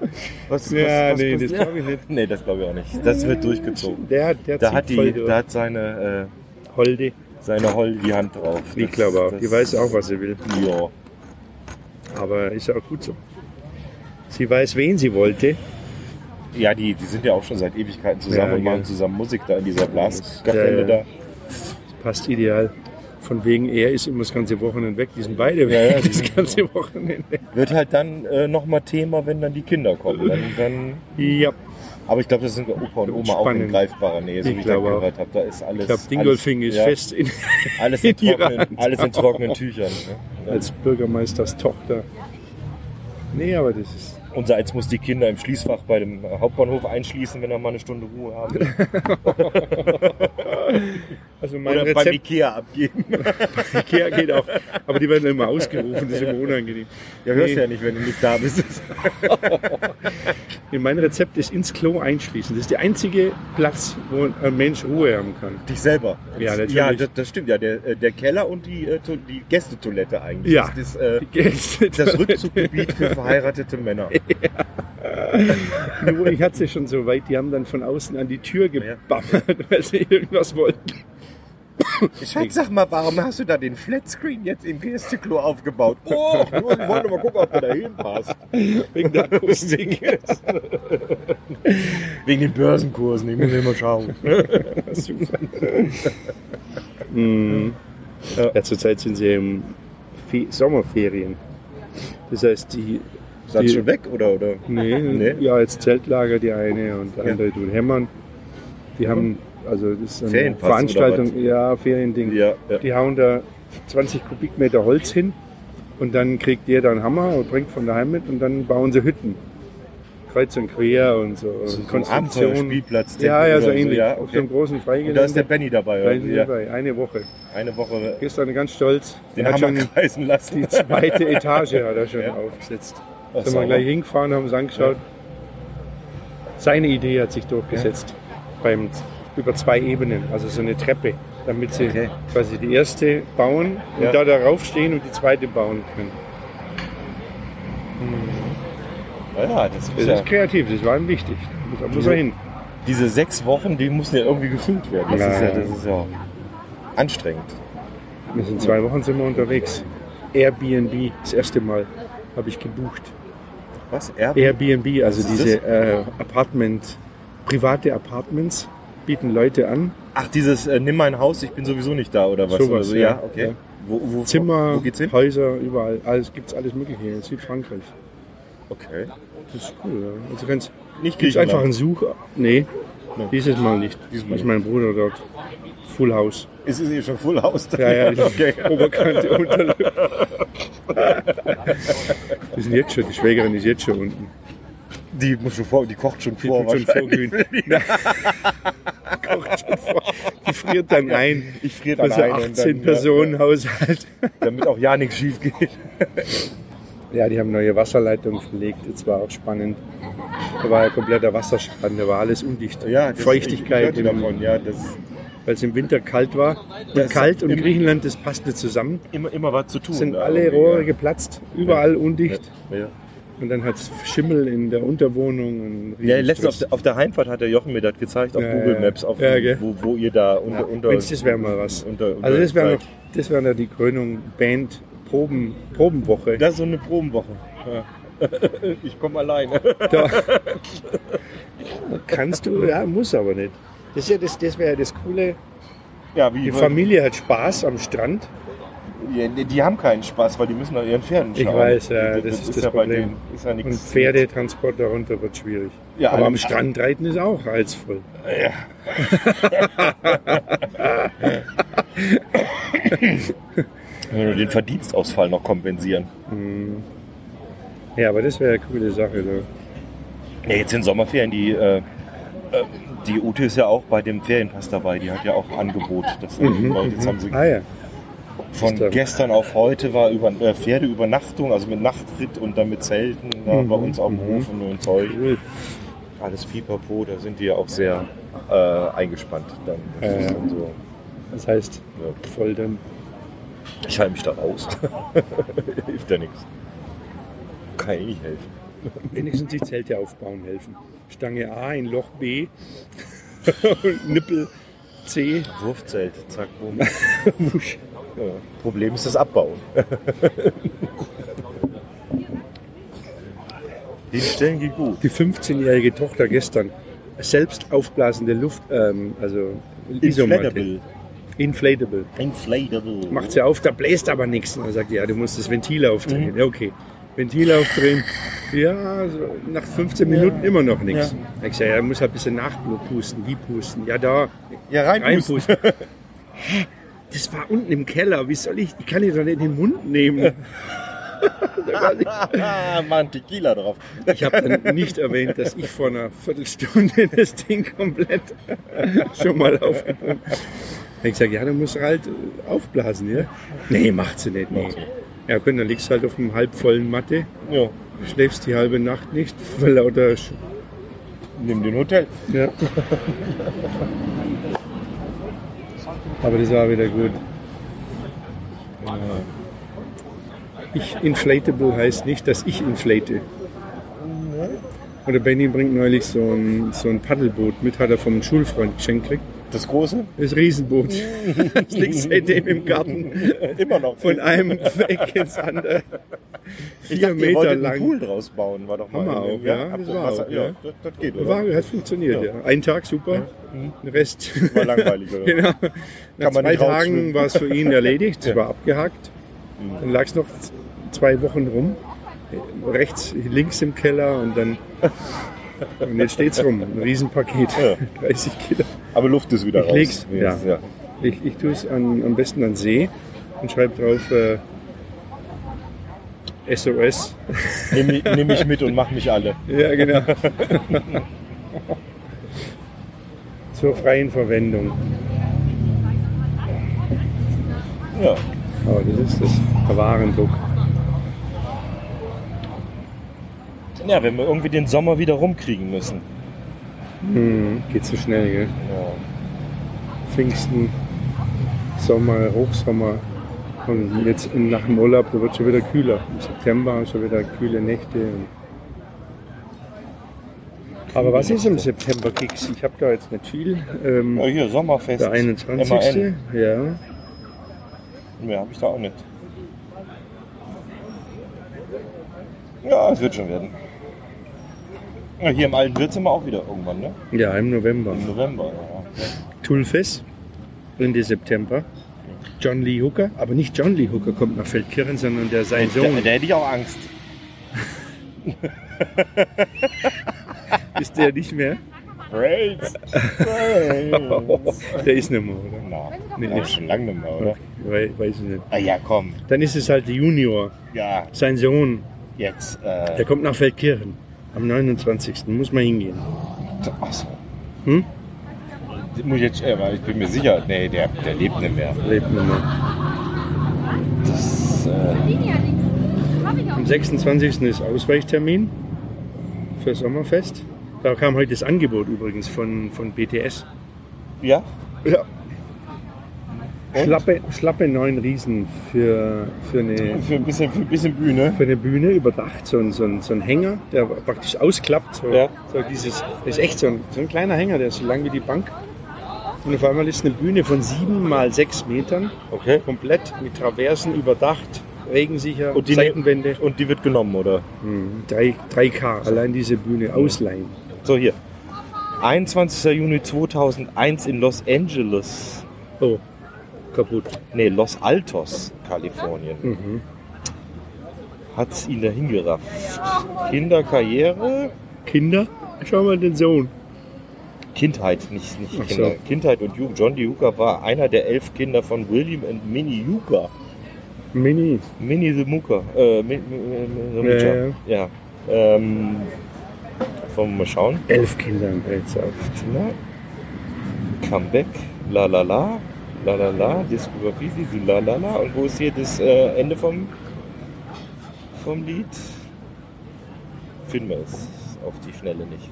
Speaker 4: Was,
Speaker 2: Ja, nee, das
Speaker 4: passiert?
Speaker 2: glaub ich nicht.
Speaker 4: Nee, das glaube ich auch nicht. Das wird durchgezogen.
Speaker 2: Der, hat- der
Speaker 4: Da
Speaker 2: zieht
Speaker 4: hat,
Speaker 2: voll
Speaker 4: die,
Speaker 2: durch.
Speaker 4: da hat seine,
Speaker 2: Holde.
Speaker 4: äh, seine Holl die Hand drauf. Das,
Speaker 2: Ich glaube auch. Die
Speaker 4: das-
Speaker 2: weiß auch, was sie will.
Speaker 4: Ja.
Speaker 2: Aber ist ja auch gut so. Sie weiß, wen sie wollte.
Speaker 4: Ja, die, die sind ja auch schon seit Ewigkeiten zusammen
Speaker 2: Ja,
Speaker 4: und machen
Speaker 2: gell.
Speaker 4: zusammen Musik da in dieser
Speaker 2: Ja,
Speaker 4: Blaskapelle
Speaker 2: ja.
Speaker 4: da.
Speaker 2: Passt ideal. Von wegen, er ist immer das ganze Wochenende weg. Die sind beide
Speaker 4: Ja,
Speaker 2: weg
Speaker 4: ja, die
Speaker 2: das ganze Wochenende.
Speaker 4: Wird halt dann äh, nochmal Thema, wenn dann die Kinder kommen. Dann, dann,
Speaker 2: Ja,
Speaker 4: aber ich glaube, das sind Opa und Oma auch in
Speaker 2: Spannend.
Speaker 4: greifbarer Nähe, so
Speaker 2: Ich
Speaker 4: wie ich das
Speaker 2: glaube auch.
Speaker 4: gehört habe. Da ist alles.
Speaker 2: ich glaube, Dingolfing
Speaker 4: alles,
Speaker 2: ist
Speaker 4: ja,
Speaker 2: fest in,
Speaker 4: Alles in,
Speaker 2: in ihrer
Speaker 4: trockenen,
Speaker 2: Hand.
Speaker 4: alles in trockenen Tüchern. Ne?
Speaker 2: als Bürgermeisters Tochter. Nee, aber das ist.
Speaker 4: Und Salz muss die Kinder im Schließfach bei dem äh, Hauptbahnhof einschließen, wenn er mal eine Stunde Ruhe haben. will.
Speaker 2: Also mein
Speaker 4: Oder beim
Speaker 2: Rezept
Speaker 4: Ikea abgeben.
Speaker 2: Ikea geht auch. Aber die werden immer ausgerufen, das ist immer unangenehm.
Speaker 4: Ja, hörst du ja nicht, wenn du nicht da bist.
Speaker 2: Nee, Mein Rezept ist ins Klo einschließen. Das ist der einzige Platz, wo ein Mensch Ruhe haben kann.
Speaker 4: Dich selber.
Speaker 2: Ja, natürlich.
Speaker 4: ja das, das stimmt. Ja, der, äh, der Keller und die, äh, to- die Gästetoilette eigentlich.
Speaker 2: Ja.
Speaker 4: Das, äh, das
Speaker 2: Das
Speaker 4: Rückzuggebiet für verheiratete Männer.
Speaker 2: Nur ich hatte sie schon so weit, die haben dann von außen an die Tür gebammert, weil sie irgendwas wollten.
Speaker 4: Schatz, sag mal, warum hast du da den Flatscreen jetzt im Gästeklo aufgebaut? Oh, nur, ich wollte mal gucken, ob du da hinpasst.
Speaker 2: Wegen der Akustik.
Speaker 4: Wegen den Börsenkursen, ich muss immer schauen.
Speaker 2: Super. mhm. Ja, zurzeit sind sie im Fe Sommerferien. Das heißt, die.
Speaker 4: Seid
Speaker 2: die-
Speaker 4: schon weg, oder? oder?
Speaker 2: Nee,
Speaker 4: Nee?
Speaker 2: ja, jetzt Zeltlager die eine und die
Speaker 4: Ja.
Speaker 2: andere tun hämmern. Die haben, also das ist eine
Speaker 4: Ferienpass oder
Speaker 2: Veranstaltung, ja, Feriending.
Speaker 4: Ja, ja.
Speaker 2: Die hauen da 20 Kubikmeter Holz hin und dann kriegt jeder einen Hammer und bringt von daheim mit und dann bauen sie Hütten. Kreuz und quer und so.
Speaker 4: So ein
Speaker 2: Konstruktion.
Speaker 4: Abenteuerspielplatz.
Speaker 2: Ja, ja, so
Speaker 4: oder
Speaker 2: ähnlich.
Speaker 4: Ja,
Speaker 2: Auf so
Speaker 4: okay.
Speaker 2: einem großen
Speaker 4: Und da ist
Speaker 2: Freigelände.
Speaker 4: der Benny dabei,
Speaker 2: Da
Speaker 4: oder?
Speaker 2: sind sie
Speaker 4: Ja,
Speaker 2: dabei. Eine Woche.
Speaker 4: eine Woche
Speaker 2: Gestern ganz stolz.
Speaker 4: den
Speaker 2: Er hat
Speaker 4: Hammer
Speaker 2: schon
Speaker 4: kreisen lassen.
Speaker 2: die zweite Etage hat er schon
Speaker 4: Ja.
Speaker 2: aufgesetzt.
Speaker 4: Ach,
Speaker 2: Sind
Speaker 4: sauber.
Speaker 2: wir gleich hingefahren, haben uns angeschaut. Seine Idee hat sich durchgesetzt. Beim, über zwei Ebenen, also so eine Treppe, damit sie
Speaker 4: Okay.
Speaker 2: quasi die erste bauen und
Speaker 4: Ja.
Speaker 2: da darauf stehen und die zweite bauen können.
Speaker 4: Ja, das ist
Speaker 2: Das
Speaker 4: ja.
Speaker 2: ist kreativ, das war ihm wichtig. Da muss er hin.
Speaker 4: Diese sechs Wochen, die müssen ja irgendwie gefüllt werden. Das,
Speaker 2: Ja.
Speaker 4: ist, ja, das ist ja anstrengend.
Speaker 2: Wir sind zwei Wochen sind wir unterwegs. Airbnb, das erste Mal habe ich gebucht.
Speaker 4: Was? Erb?
Speaker 2: Airbnb, also
Speaker 4: ist
Speaker 2: diese äh, Apartment, private Apartments bieten Leute an.
Speaker 4: Ach, dieses äh, Nimm mein Haus, ich bin sowieso nicht da, oder was?
Speaker 2: Sowas,
Speaker 4: oder so?
Speaker 2: ja.
Speaker 4: ja, okay.
Speaker 2: Ja.
Speaker 4: Wo, wo,
Speaker 2: Zimmer,
Speaker 4: wo geht's hin?
Speaker 2: Häuser, überall. Alles gibt's alles Mögliche in Südfrankreich.
Speaker 4: Okay.
Speaker 2: Das ist cool, ja. Also ganz,
Speaker 4: Nicht
Speaker 2: gibt's
Speaker 4: Griechenland.
Speaker 2: einfach einen Such. Nee,
Speaker 4: Nee.
Speaker 2: dieses Mal nicht.
Speaker 4: Dieses Mal
Speaker 2: ist mein Bruder dort. Full House.
Speaker 4: Es ist hier schon Full House. da.
Speaker 2: Ja, ja,
Speaker 4: okay.
Speaker 2: Oberkante, Unterlippe. Die sind jetzt schon, die Schwägerin ist jetzt schon unten.
Speaker 4: Die, muss schon vor, die kocht schon
Speaker 2: Die
Speaker 4: vor.
Speaker 2: tut schon
Speaker 4: wahrscheinlich.
Speaker 2: vorglühen. Kocht schon vor. Die friert dann ein.
Speaker 4: Ich friere dann
Speaker 2: Also
Speaker 4: ein. und dann,
Speaker 2: 18 Personen Haushalt.
Speaker 4: Ja, damit auch ja nichts schief geht.
Speaker 2: Ja, die haben neue Wasserleitungen verlegt. Das war auch spannend. Da war ja kompletter Wasserschaden. Da war alles undicht.
Speaker 4: das-
Speaker 2: Feuchtigkeit,
Speaker 4: Ich, ich hörte davon, ja. Das,
Speaker 2: weil es im Winter kalt war. Und
Speaker 4: Das-
Speaker 2: kalt und
Speaker 4: im-
Speaker 2: Griechenland, das passt nicht zusammen.
Speaker 4: immer, immer was zu tun.
Speaker 2: Sind
Speaker 4: da
Speaker 2: alle
Speaker 4: irgendwie,
Speaker 2: Rohre
Speaker 4: ja.
Speaker 2: geplatzt, überall undicht.
Speaker 4: Ja, ja.
Speaker 2: Und dann hat es Schimmel in der Unterwohnung. und
Speaker 4: Ja, letztens auf,
Speaker 2: Riesenstress.
Speaker 4: der- auf der Heimfahrt hat der Jochen mir das gezeigt auf
Speaker 2: Ja,
Speaker 4: Google
Speaker 2: ja.
Speaker 4: Maps, auf,
Speaker 2: Ja, gell.
Speaker 4: wo, wo ihr da unter.
Speaker 2: Ja.
Speaker 4: unter
Speaker 2: Mensch, das wär mal was.
Speaker 4: Unter, unter
Speaker 2: Also das wäre
Speaker 4: seid.
Speaker 2: noch, das wäre noch die Krönung Band Proben, Probenwoche.
Speaker 4: Das ist so eine Probenwoche. Ja. Ich komme alleine.
Speaker 2: Da. Kannst du, ja, muss aber nicht. Das, ist ja das, das wäre ja das Coole.
Speaker 4: Ja, wie
Speaker 2: Die Familie hat Spaß am Strand.
Speaker 4: Ja, die, die haben keinen Spaß, weil die müssen nach ihren Pferden
Speaker 2: Ich
Speaker 4: schauen.
Speaker 2: weiß, ja, das ist das
Speaker 4: ja bei
Speaker 2: Problem.
Speaker 4: denen- ist ja
Speaker 2: Und
Speaker 4: nichts.
Speaker 2: Pferdetransport darunter wird schwierig.
Speaker 4: Ja,
Speaker 2: aber
Speaker 4: alle-
Speaker 2: am Strand reiten ist auch reizvoll.
Speaker 4: Wenn wir den Verdienstausfall noch kompensieren.
Speaker 2: Ja, aber das wäre eine coole Sache. Ne?
Speaker 4: Ja, jetzt in Sommerferien, die, äh, äh, die Ute ist ja auch bei dem Ferienpass dabei. Die hat ja auch Angebot. Das Leute, jetzt haben sie
Speaker 2: Ah ja,
Speaker 4: von
Speaker 2: Stimmt.
Speaker 4: gestern auf heute war über, äh, Pferdeübernachtung, also mit Nachtritt und dann mit Zelten da bei uns auf dem Hof und so Zeug.
Speaker 2: Mhm, cool.
Speaker 4: Alles pipapo, da sind die ja auch sehr äh, eingespannt. Dann, das
Speaker 2: Ja,
Speaker 4: ist
Speaker 2: ja.
Speaker 4: dann so,
Speaker 2: Das heißt,
Speaker 4: ja.
Speaker 2: voll dann.
Speaker 4: Ich halte mich da raus. Hilft ja nichts. Kann ich nicht helfen.
Speaker 2: Wenigstens die Zelte aufbauen helfen. Stange A in Loch B und Nippel C.
Speaker 4: Wurfzelt, zack, boom.
Speaker 2: Wusch.
Speaker 4: Ja. Problem ist das Abbauen. Hinstellen geht gut.
Speaker 2: Die 15-jährige Tochter gestern selbst aufblasende Luft, ähm, also Isomatte.
Speaker 4: Inflatable.
Speaker 2: Inflatable.
Speaker 4: Inflatable.
Speaker 2: Macht sie auf, da bläst aber nichts. Und dann sagt sie, ja, du musst das Ventil aufdrehen.
Speaker 4: Mhm.
Speaker 2: Ja, okay. Ventil aufdrehen. Ja, so nach 15 Minuten immer noch nichts.
Speaker 4: Ja.
Speaker 2: Ich sage, ja, muss halt ein bisschen nachpusten. Wie pusten? Ja, da.
Speaker 4: ja reinpusten.
Speaker 2: Reinpusten. Hä? Das war unten im Keller. Wie soll ich? Ich kann die doch nicht in den Mund nehmen.
Speaker 4: Ah, mach einen Tequila drauf.
Speaker 2: Ich habe dann nicht erwähnt, dass ich vor einer Viertelstunde das Ding komplett schon mal aufgepumpt habe. Ich sage, ja, dann musst du halt aufblasen, ja? Nee, macht sie nicht. Nee.
Speaker 4: Macht sie nicht.
Speaker 2: Ja, gut, dann liegst du halt auf einem halbvollen Matte,
Speaker 4: Ja,
Speaker 2: schläfst die halbe Nacht nicht, vor lauter Sch
Speaker 4: nimm den Hotel.
Speaker 2: ja. Aber das war wieder gut. Ich inflatable heißt nicht, dass ich inflate. Oder Benny bringt neulich so ein, so ein Paddelboot mit, hat er vom Schulfreund geschenkt gekriegt.
Speaker 4: Das große?
Speaker 2: Das Riesenboot. Das liegt seitdem im Garten.
Speaker 4: Äh, Immer noch.
Speaker 2: Von einem Weg ins andere.
Speaker 4: ich
Speaker 2: Vier
Speaker 4: dachte, ihr
Speaker 2: Meter
Speaker 4: wolltet einen
Speaker 2: lang.
Speaker 4: Pool draus bauen, war doch mal.
Speaker 2: Haben wir
Speaker 4: in
Speaker 2: auch,
Speaker 4: dem-
Speaker 2: ja,
Speaker 4: habt
Speaker 2: das
Speaker 4: ihr
Speaker 2: war
Speaker 4: Wasser-
Speaker 2: auch,
Speaker 4: ja,
Speaker 2: ja.
Speaker 4: Das, das geht, oder?
Speaker 2: War, hat funktioniert, ja. Ein Tag super, den Rest
Speaker 4: War langweilig, oder?
Speaker 2: Genau. Nach
Speaker 4: man
Speaker 2: zwei
Speaker 4: nicht rausschwimmen.
Speaker 2: Tagen war es für ihn erledigt, es war abgehakt. Dann lag es noch z- zwei Wochen rum. Rechts, links im Keller und dann. Und jetzt steht's rum. Ein Riesenpaket.
Speaker 4: Ja.
Speaker 2: 30 Kilo.
Speaker 4: Aber Luft ist wieder
Speaker 2: Ich
Speaker 4: raus.
Speaker 2: leg's, ja.
Speaker 4: ja.
Speaker 2: Ich, ich tue es an, am besten an See und schreibe drauf äh, SOS.
Speaker 4: Nimm, mich- nimm mich mit und mach mich alle.
Speaker 2: Ja, genau. Zur freien Verwendung.
Speaker 4: Ja.
Speaker 2: Aber Oh, das ist das der Warendruck.
Speaker 4: ja, wenn wir irgendwie den Sommer wieder rumkriegen müssen.
Speaker 2: Hm, geht so schnell, gell?
Speaker 4: Ja.
Speaker 2: Pfingsten, Sommer, Hochsommer. Und jetzt nach dem Urlaub, da wird schon wieder kühler. Im September schon wieder kühle Nächte. Und Aber was ist im September, Kicks? Ich habe da jetzt nicht viel. Ähm,
Speaker 4: Ja, hier, Sommerfest.
Speaker 2: der 21.
Speaker 4: MAN.
Speaker 2: Ja.
Speaker 4: Mehr habe ich da auch nicht. Ja, es wird schon werden. Ja, hier im alten Wirt sind wir auch wieder irgendwann, ne?
Speaker 2: ja, im November.
Speaker 4: Im November. Ja.
Speaker 2: Tulfes, Ende September. John Lee Hooker, aber nicht John Lee Hooker kommt nach Feldkirchen, sondern der sein
Speaker 4: Da,
Speaker 2: Sohn
Speaker 4: da hätte ich auch Angst.
Speaker 2: ist der nicht mehr.
Speaker 4: Rails! Rails!
Speaker 2: Der ist nicht mehr, oder?
Speaker 4: Na,
Speaker 2: Nee.
Speaker 4: nee. schon lange nicht mehr, oder?
Speaker 2: Wei- Weiß ich nicht.
Speaker 4: Ah ja, komm.
Speaker 2: Dann ist es halt der Junior,
Speaker 4: Ja,
Speaker 2: sein Sohn.
Speaker 4: jetzt.
Speaker 2: Der
Speaker 4: Äh,
Speaker 2: kommt nach Feldkirchen. Am 29. muss man hingehen.
Speaker 4: Achso.
Speaker 2: Hm?
Speaker 4: Muss ich jetzt, äh, weil ich bin mir sicher, nee, der, der lebt nicht mehr.
Speaker 2: Lebt nicht mehr.
Speaker 4: Das, äh,
Speaker 2: Am 26. ist Ausweichtermin für Sommerfest. Da kam heute das Angebot übrigens von, von BTS.
Speaker 4: ja?
Speaker 2: Ja.
Speaker 4: Und?
Speaker 2: Schlappe, schlappe neun Riesen für, für eine
Speaker 4: Für ein bisschen, für ein bisschen Bühne.
Speaker 2: für eine Bühne überdacht, so ein, so ein, so ein Hänger, der praktisch ausklappt. So,
Speaker 4: Ja.
Speaker 2: so dieses, das ist echt so ein, so ein kleiner Hänger, der ist so lang wie die Bank. Und auf einmal ist eine Bühne von sieben mal sechs Metern,
Speaker 4: Okay.
Speaker 2: komplett mit Traversen überdacht, regensicher,
Speaker 4: Und die- ne,
Speaker 2: Seitenwände.
Speaker 4: Und die wird genommen, oder?
Speaker 2: Drei- 3K, allein diese Bühne ausleihen.
Speaker 4: So, hier. 21. Juni 2001 in Los Angeles.
Speaker 2: Oh, kaputt.
Speaker 4: Nee, Los Altos, Kalifornien.
Speaker 2: Mhm.
Speaker 4: Hat's ihn dahin gerafft. Kinderkarriere?
Speaker 2: Kinder, schau mal den Sohn.
Speaker 4: Kindheit, nicht, nicht
Speaker 2: Ach
Speaker 4: Kinder.
Speaker 2: so.
Speaker 4: Kindheit und Jugend. John DeHuka war einer der elf Kinder von William und Minnie Yuka.
Speaker 2: Mini.
Speaker 4: Minnie the Mooka. Äh, Mi- Mi- Mi- Mi-
Speaker 2: Ja, ja.
Speaker 4: ja. Ähm, wollen wir mal schauen.
Speaker 2: Elf Kinder im Brettsaft.
Speaker 4: Na, ne? Comeback, la la la, la la la, Diskografie, diese la la la. Und wo ist hier das äh, Ende vom, vom Lied? Finden wir es auf die Schnelle nicht.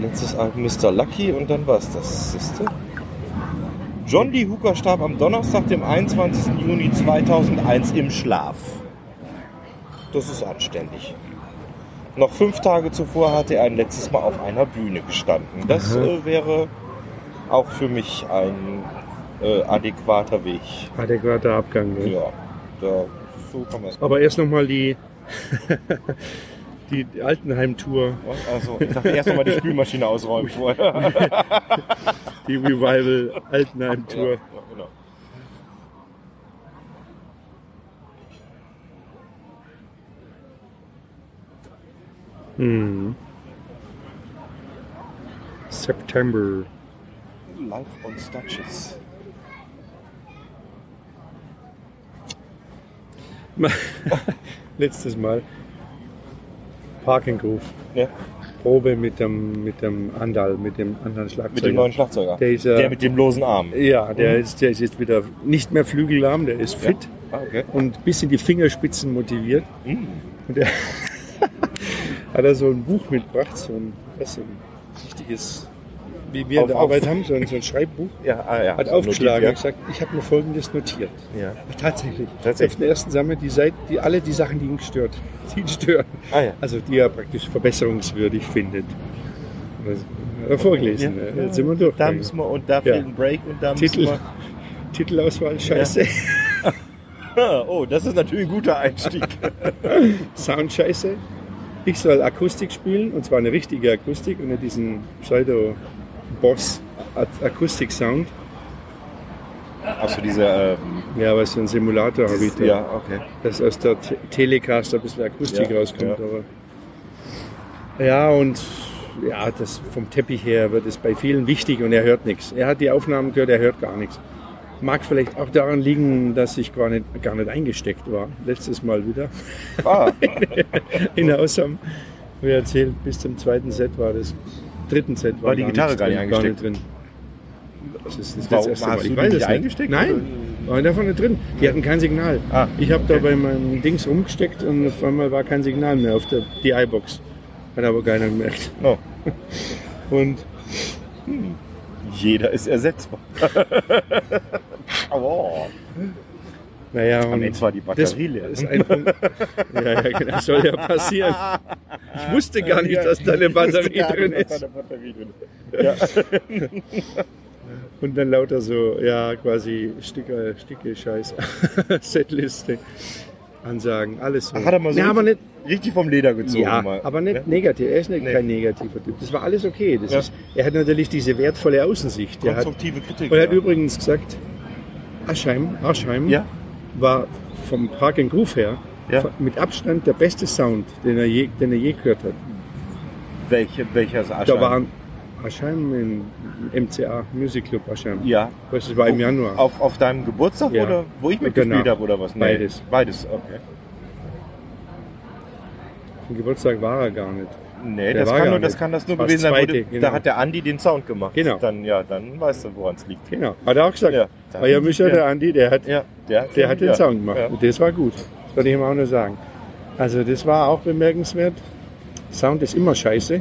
Speaker 4: Letztes Album Mr. Lucky und dann war es das, siehste? John Lee Hooker starb am Donnerstag, dem 21. Juni 2001 im Schlaf. Das ist anständig. Noch fünf Tage zuvor hatte er ein letztes Mal auf einer Bühne gestanden. Das äh, wäre auch für mich ein äh, adäquater Weg.
Speaker 2: Adäquater Abgang. Ne?
Speaker 4: Ja, da, so kann man es.
Speaker 2: Aber erst nochmal die, die Altenheim-Tour,
Speaker 4: Also, ich dachte erst noch mal die Spülmaschine ausräumen vorher.
Speaker 2: die Revival Altenheim-Tour.
Speaker 4: genau. Mhm.
Speaker 2: Hm. September.
Speaker 4: Live on Stitches.
Speaker 2: Letztes Mal. Parkinghof.
Speaker 4: Ja.
Speaker 2: Probe mit dem, mit dem Andal, mit dem anderen Schlagzeuger.
Speaker 4: Mit dem neuen Schlagzeuger.
Speaker 2: Der ist, äh,
Speaker 4: Der mit Mhm. dem losen Arm.
Speaker 2: ja, der ist, der ist jetzt wieder nicht mehr flügellahm, der ist fit
Speaker 4: Ah, okay.
Speaker 2: und bis in die Fingerspitzen motiviert.
Speaker 4: Hm.
Speaker 2: Und er hat er so ein Buch mitgebracht, so ein, was so ein richtiges, wie wir
Speaker 4: Auf-
Speaker 2: in der
Speaker 4: auf-
Speaker 2: Arbeit haben, so ein, so ein Schreibbuch.
Speaker 4: Ja, ah, ja.
Speaker 2: Hat aufgeschlagen und
Speaker 4: Notiz,
Speaker 2: gesagt, ich habe mir folgendes notiert.
Speaker 4: Ja. ja.
Speaker 2: Tatsächlich. Auf
Speaker 4: Tatsächlich.
Speaker 2: den ersten Sammel, die, Seit- die alle die Sachen, die ihn stört, die ihn stören.
Speaker 4: Ah, ja.
Speaker 2: Also die er praktisch verbesserungswürdig findet. Das hat er vorgelesen.
Speaker 4: Ja.
Speaker 2: ne? Jetzt sind wir durch.
Speaker 4: Da müssen wir und da
Speaker 2: Ja.
Speaker 4: fehlt ein Break und da müssen
Speaker 2: Titel,
Speaker 4: wir.
Speaker 2: Titelauswahl, scheiße.
Speaker 4: Ah, Oh, das ist natürlich ein guter Einstieg.
Speaker 2: Sound scheiße. Ich soll Akustik spielen, und zwar eine richtige Akustik und nicht diesen Pseudo-Boss-Akustik-Sound.
Speaker 4: Achso, dieser. Ähm,
Speaker 2: Ja, aber so ein Simulator habe ich da.
Speaker 4: ja, okay.
Speaker 2: Dass aus der Te- Telecaster ein bisschen Akustik
Speaker 4: Ja,
Speaker 2: rauskommt.
Speaker 4: ja.
Speaker 2: Aber ja, und ja, das vom Teppich her wird es bei vielen wichtig und er hört nichts. Er hat die Aufnahmen gehört, er hört gar nichts. Mag vielleicht auch daran liegen, dass ich gar nicht, gar nicht eingesteckt war. Letztes Mal wieder.
Speaker 4: Ah,
Speaker 2: in Hausam. Wie erzählt, bis zum zweiten Set war das. Dritten Set war,
Speaker 4: War die Gitarre
Speaker 2: nichts
Speaker 4: gar nicht
Speaker 2: drin,
Speaker 4: eingesteckt?
Speaker 2: drin. Das ist das
Speaker 4: Warum
Speaker 2: erste
Speaker 4: hast
Speaker 2: Mal.
Speaker 4: du
Speaker 2: Ich
Speaker 4: die
Speaker 2: weiß
Speaker 4: nicht
Speaker 2: es
Speaker 4: eingesteckt,
Speaker 2: Nein, waren davon nicht drin. Die hatten kein Signal.
Speaker 4: Ah,
Speaker 2: ich habe
Speaker 4: okay.
Speaker 2: da bei meinem Dings rumgesteckt und auf einmal war kein Signal mehr auf der DI-Box. Hat aber keiner gemerkt.
Speaker 4: no.
Speaker 2: Und
Speaker 4: Jeder ist ersetzbar. Aua.
Speaker 2: naja,
Speaker 4: Am
Speaker 2: und
Speaker 4: Ende war die
Speaker 2: das
Speaker 4: Batterie leer.
Speaker 2: ist ein Punkt. ja, ja, genau, soll ja passieren. Ich wusste gar nicht, dass da eine Batterie drin ist.
Speaker 4: Ja.
Speaker 2: Und dann lauter so, ja, quasi Stücke, Stücke, Scheiß, Setliste, Ansagen, alles so.
Speaker 4: Hat er mal so
Speaker 2: ja, aber nicht,
Speaker 4: richtig vom Leder gezogen.
Speaker 2: ja,
Speaker 4: mal.
Speaker 2: aber nicht
Speaker 4: ne?
Speaker 2: negativ. Er ist nicht,
Speaker 4: Nee.
Speaker 2: kein negativer Typ. Das war alles okay. Das
Speaker 4: Ja.
Speaker 2: ist, er hat natürlich diese wertvolle Außensicht. Er hat, und
Speaker 4: Konstruktive Kritik.
Speaker 2: er hat
Speaker 4: ja.
Speaker 2: übrigens gesagt, Aschheim, Aschheim
Speaker 4: Ja.
Speaker 2: war vom Park and Groove her
Speaker 4: Ja.
Speaker 2: fa- mit Abstand der beste Sound, den er je, den er je gehört hat.
Speaker 4: Welche, welcher ist Asche?
Speaker 2: Da waren Aschheim im MCA, Music Club Aschheim.
Speaker 4: Ja.
Speaker 2: Das war im
Speaker 4: Wo-
Speaker 2: Januar.
Speaker 4: Auf, auf deinem Geburtstag
Speaker 2: Ja.
Speaker 4: oder wo ich mitgespielt
Speaker 2: Genau.
Speaker 4: habe oder was?
Speaker 2: Beides.
Speaker 4: Beides, okay.
Speaker 2: Ein Geburtstag war er gar nicht.
Speaker 4: Nee,
Speaker 2: Der
Speaker 4: das
Speaker 2: war
Speaker 4: kann,
Speaker 2: gar
Speaker 4: nur, das
Speaker 2: nicht.
Speaker 4: kann das nur
Speaker 2: War's
Speaker 4: gewesen sein, wo
Speaker 2: zweite,
Speaker 4: du,
Speaker 2: genau.
Speaker 4: da hat der Andi den Sound gemacht.
Speaker 2: Genau.
Speaker 4: Dann, ja, dann weißt du, woran es liegt.
Speaker 2: Genau. Hat er auch gesagt.
Speaker 4: Ja.
Speaker 2: Euer Mischer, der Andi, der hat,
Speaker 4: Ja, der,
Speaker 2: der hat den
Speaker 4: ja.
Speaker 2: Sound gemacht.
Speaker 4: Ja.
Speaker 2: Und das war gut. Das wollte ich ihm auch nur sagen. Also das war auch bemerkenswert. Sound ist immer scheiße.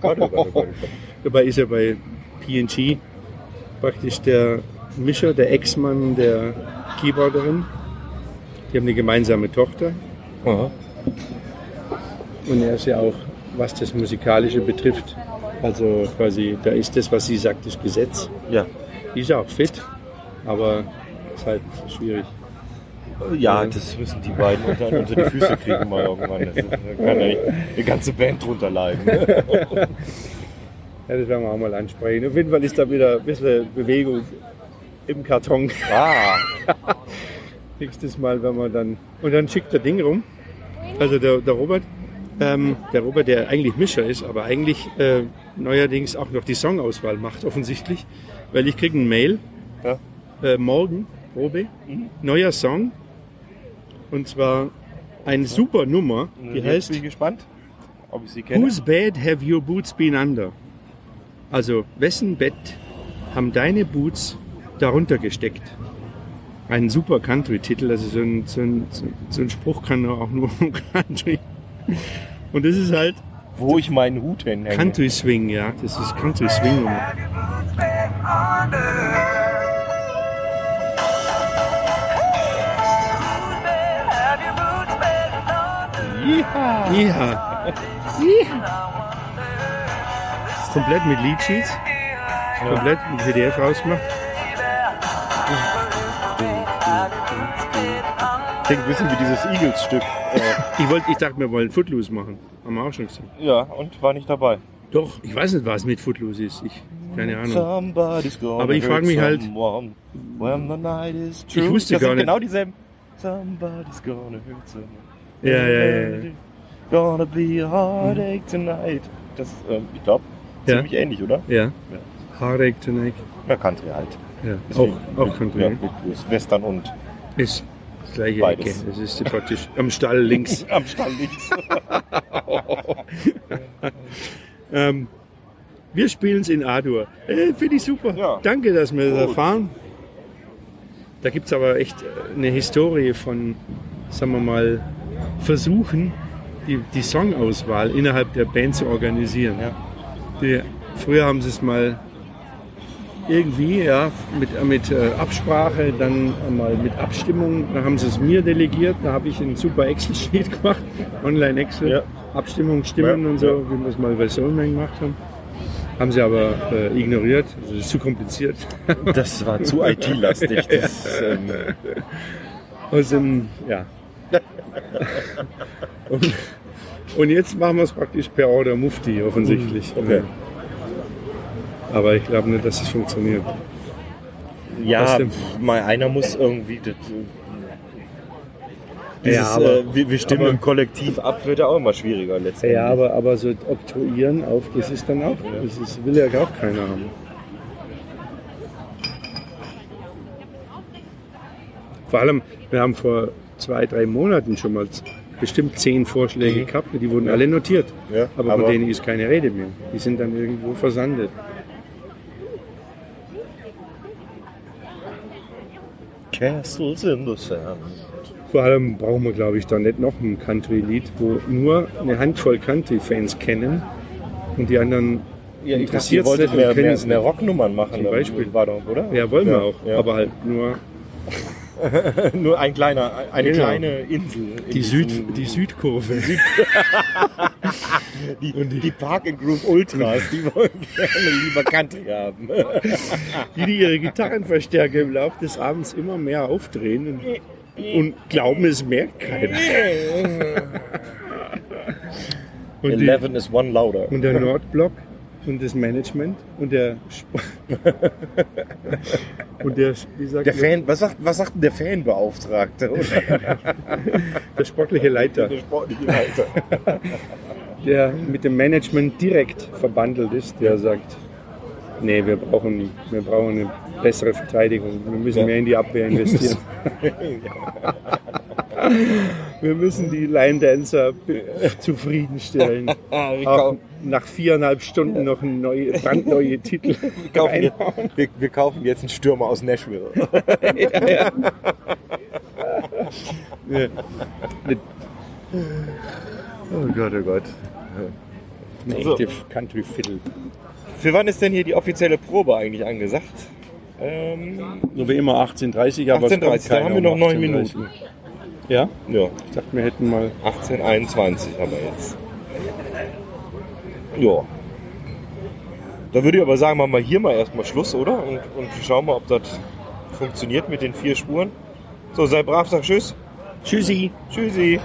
Speaker 4: Gott, oh Gott, oh Gott.
Speaker 2: Dabei ist er bei PNG praktisch der Mischer, der Ex-Mann der Keyboarderin. Die haben eine gemeinsame Tochter. Und er ist ja auch, was das Musikalische betrifft, also quasi, da ist das, was sie sagt, das Gesetz.
Speaker 4: Ja.
Speaker 2: Die ist ja auch fit, aber ist halt schwierig.
Speaker 4: Ja, das müssen die beiden unter, unter die Füße kriegen mal irgendwann. Das ist, da kann ja nicht die ganze Band drunter leiden.
Speaker 2: Ja, das werden wir auch mal ansprechen. Auf jeden Fall ist da wieder ein bisschen Bewegung im Karton.
Speaker 4: Ah,
Speaker 2: Nächstes Mal, wenn wir dann. Und dann schickt der Ding rum. Also der, der Robert, ähm, der Robert, der eigentlich Mischer ist, aber eigentlich äh, neuerdings auch noch die Songauswahl macht, offensichtlich. Weil ich kriege ein Mail.
Speaker 4: Ja. Mhm.
Speaker 2: Äh, morgen, Probe, neuer Song. Und zwar eine super Nummer, die
Speaker 4: jetzt
Speaker 2: heißt
Speaker 4: bin ich gespannt, ob ich sie kenne.
Speaker 2: Whose bed have your boots been under? Also, wessen Bett haben deine Boots darunter gesteckt? Ein super Country-Titel, also so ein, so, ein, so- so ein Spruch kann doch auch nur im Country. Und das ist halt
Speaker 4: Wo ich meinen Hut hinhänge.
Speaker 2: Country Swing, ja. Das ist Country Swing Nummer. Ja. Komplett mit Leadsheets. Komplett mit PDF rausgemacht.
Speaker 4: Klingt ein bisschen wie dieses Eagles-Stück. Äh,
Speaker 2: Ich, wollt, ich dachte, wir wollen Footloose machen. Haben wir auch schon gesagt.
Speaker 4: ja, und war nicht dabei.
Speaker 2: Doch, ich weiß nicht, was mit Footloose ist. Ich, keine
Speaker 4: ne.
Speaker 2: Ahnung.
Speaker 4: Somebody's gonna
Speaker 2: Aber ich
Speaker 4: hurt
Speaker 2: frag mich halt-
Speaker 4: someone when the night is
Speaker 2: Ich
Speaker 4: true.
Speaker 2: wusste
Speaker 4: das
Speaker 2: gar
Speaker 4: sind
Speaker 2: nicht.
Speaker 4: genau dieselben. Somebody's gonna hurt someone.
Speaker 2: Ja, ja, ja. ja.
Speaker 4: Gonna be a heartache tonight. Das, ähm, ich glaube,
Speaker 2: Ja.
Speaker 4: ziemlich ähnlich, oder?
Speaker 2: ja. Heartache Tonight.
Speaker 4: Ja, Country halt.
Speaker 2: Ja.
Speaker 4: Deswegen
Speaker 2: Auch, auch
Speaker 4: mit-
Speaker 2: Country.
Speaker 4: Ja,
Speaker 2: ne?
Speaker 4: mit Blues. Western und
Speaker 2: Ist das gleiche
Speaker 4: Beides.
Speaker 2: Ecke. Das ist die praktisch am Stall links.
Speaker 4: am Stall links.
Speaker 2: Ähm, wir spielen es in A-Dur. Äh, Finde ich super.
Speaker 4: Ja.
Speaker 2: Danke, dass wir das
Speaker 4: Gut.
Speaker 2: erfahren. Da gibt es aber echt äh, eine Historie von, sagen wir mal, Versuchen, die, die Songauswahl innerhalb der Band zu organisieren.
Speaker 4: Ja.
Speaker 2: Die, früher haben sie es mal irgendwie, ja, mit, mit äh, Absprache, dann mal mit Abstimmung, dann haben sie es mir delegiert, da habe ich einen super Excel-Sheet gemacht, Online-Excel,
Speaker 4: Ja.
Speaker 2: Abstimmung, Stimmen
Speaker 4: Ja,
Speaker 2: und so,
Speaker 4: ja.
Speaker 2: wie wir es mal bei Soulman gemacht haben. Haben sie aber äh, ignoriert, also das ist zu kompliziert.
Speaker 4: Das war zu IT-lastig. Das, ähm,
Speaker 2: Aus dem, ja. und, und jetzt machen wir es praktisch per Order Mufti offensichtlich.
Speaker 4: Okay.
Speaker 2: Aber ich glaube nicht, dass es funktioniert. Was
Speaker 4: ja,
Speaker 2: denn?
Speaker 4: mal einer muss irgendwie das, äh, dieses,
Speaker 2: Ja, aber-
Speaker 4: äh, wir, wir stimmen
Speaker 2: aber-
Speaker 4: im Kollektiv ab, wird ja auch immer schwieriger letztendlich.
Speaker 2: Ja, aber, aber so oktroyieren auf, das ist dann auch, das ist, will ja auch keiner haben. Vor allem, wir haben vor zwei, drei Monaten schon mal z- bestimmt zehn Vorschläge gehabt, die wurden alle notiert.
Speaker 4: Ja,
Speaker 2: Mhm. aber,
Speaker 4: aber-
Speaker 2: von denen ist keine Rede mehr. Die sind dann irgendwo versandet.
Speaker 4: Castles in the Sand.
Speaker 2: Vor allem brauchen wir, glaube ich, da nicht noch ein Country-Lied, wo nur eine Handvoll Country-Fans kennen und die anderen
Speaker 4: Ja, ich dachte, ihr
Speaker 2: interessiert's
Speaker 4: wolltet
Speaker 2: nicht, wir
Speaker 4: mehr,
Speaker 2: kennen
Speaker 4: mehr,
Speaker 2: es
Speaker 4: mehr
Speaker 2: nicht.
Speaker 4: Rocknummern machen.
Speaker 2: Zum
Speaker 4: dann
Speaker 2: Beispiel.
Speaker 4: War doch, oder?
Speaker 2: Ja, wollen wir
Speaker 4: Ja,
Speaker 2: auch,
Speaker 4: ja.
Speaker 2: aber halt nur
Speaker 4: Nur ein kleiner, eine
Speaker 2: Genau.
Speaker 4: kleine Insel. in
Speaker 2: Die,
Speaker 4: diesem-
Speaker 2: Süd, die Südkurve.
Speaker 4: Die, die Park and Groove Ultras, die wollen gerne lieber Country haben.
Speaker 2: die, die ihre Gitarrenverstärker im Laufe des Abends immer mehr aufdrehen und, und glauben, es merkt keiner. Und, die,
Speaker 4: Eleven is one louder.
Speaker 2: und der Nordblock und das Management und der Sp- und der, wie sagt
Speaker 4: Der
Speaker 2: man,
Speaker 4: Fan, was sagt, was sagt denn der Fanbeauftragte? Oder
Speaker 2: der sportliche Leiter,
Speaker 4: der sportliche Leiter?
Speaker 2: der mit dem Management direkt verbandelt ist, der sagt, nee, wir brauchen, wir brauchen eine bessere Verteidigung, wir müssen mehr in die Abwehr investieren. Wir müssen die Line Dancer be- zufriedenstellen. Auch nach viereinhalb Stunden noch ein neue, brandneue Titel.
Speaker 4: Wir kaufen, jetzt, wir, wir kaufen jetzt einen Stürmer aus Nashville. oh Gott, oh Gott.
Speaker 1: Native Country Fiddle.
Speaker 4: Für wann ist denn hier die offizielle Probe eigentlich angesagt? Ähm,
Speaker 2: So wie immer 18.30, aber
Speaker 4: 18.30,
Speaker 2: es kommt keiner
Speaker 4: dann haben wir noch
Speaker 2: um
Speaker 4: neun
Speaker 2: 18.30.
Speaker 4: Minuten.
Speaker 2: Ja,
Speaker 4: ja,
Speaker 2: ich dachte, wir hätten mal
Speaker 4: 1821 haben wir jetzt. Ja. Da würde ich aber sagen, machen wir hier mal erstmal Schluss, oder? Und, und schauen mal, ob das funktioniert mit den vier Spuren. So, sei brav, sag Tschüss. Tschüssi. Tschüssi.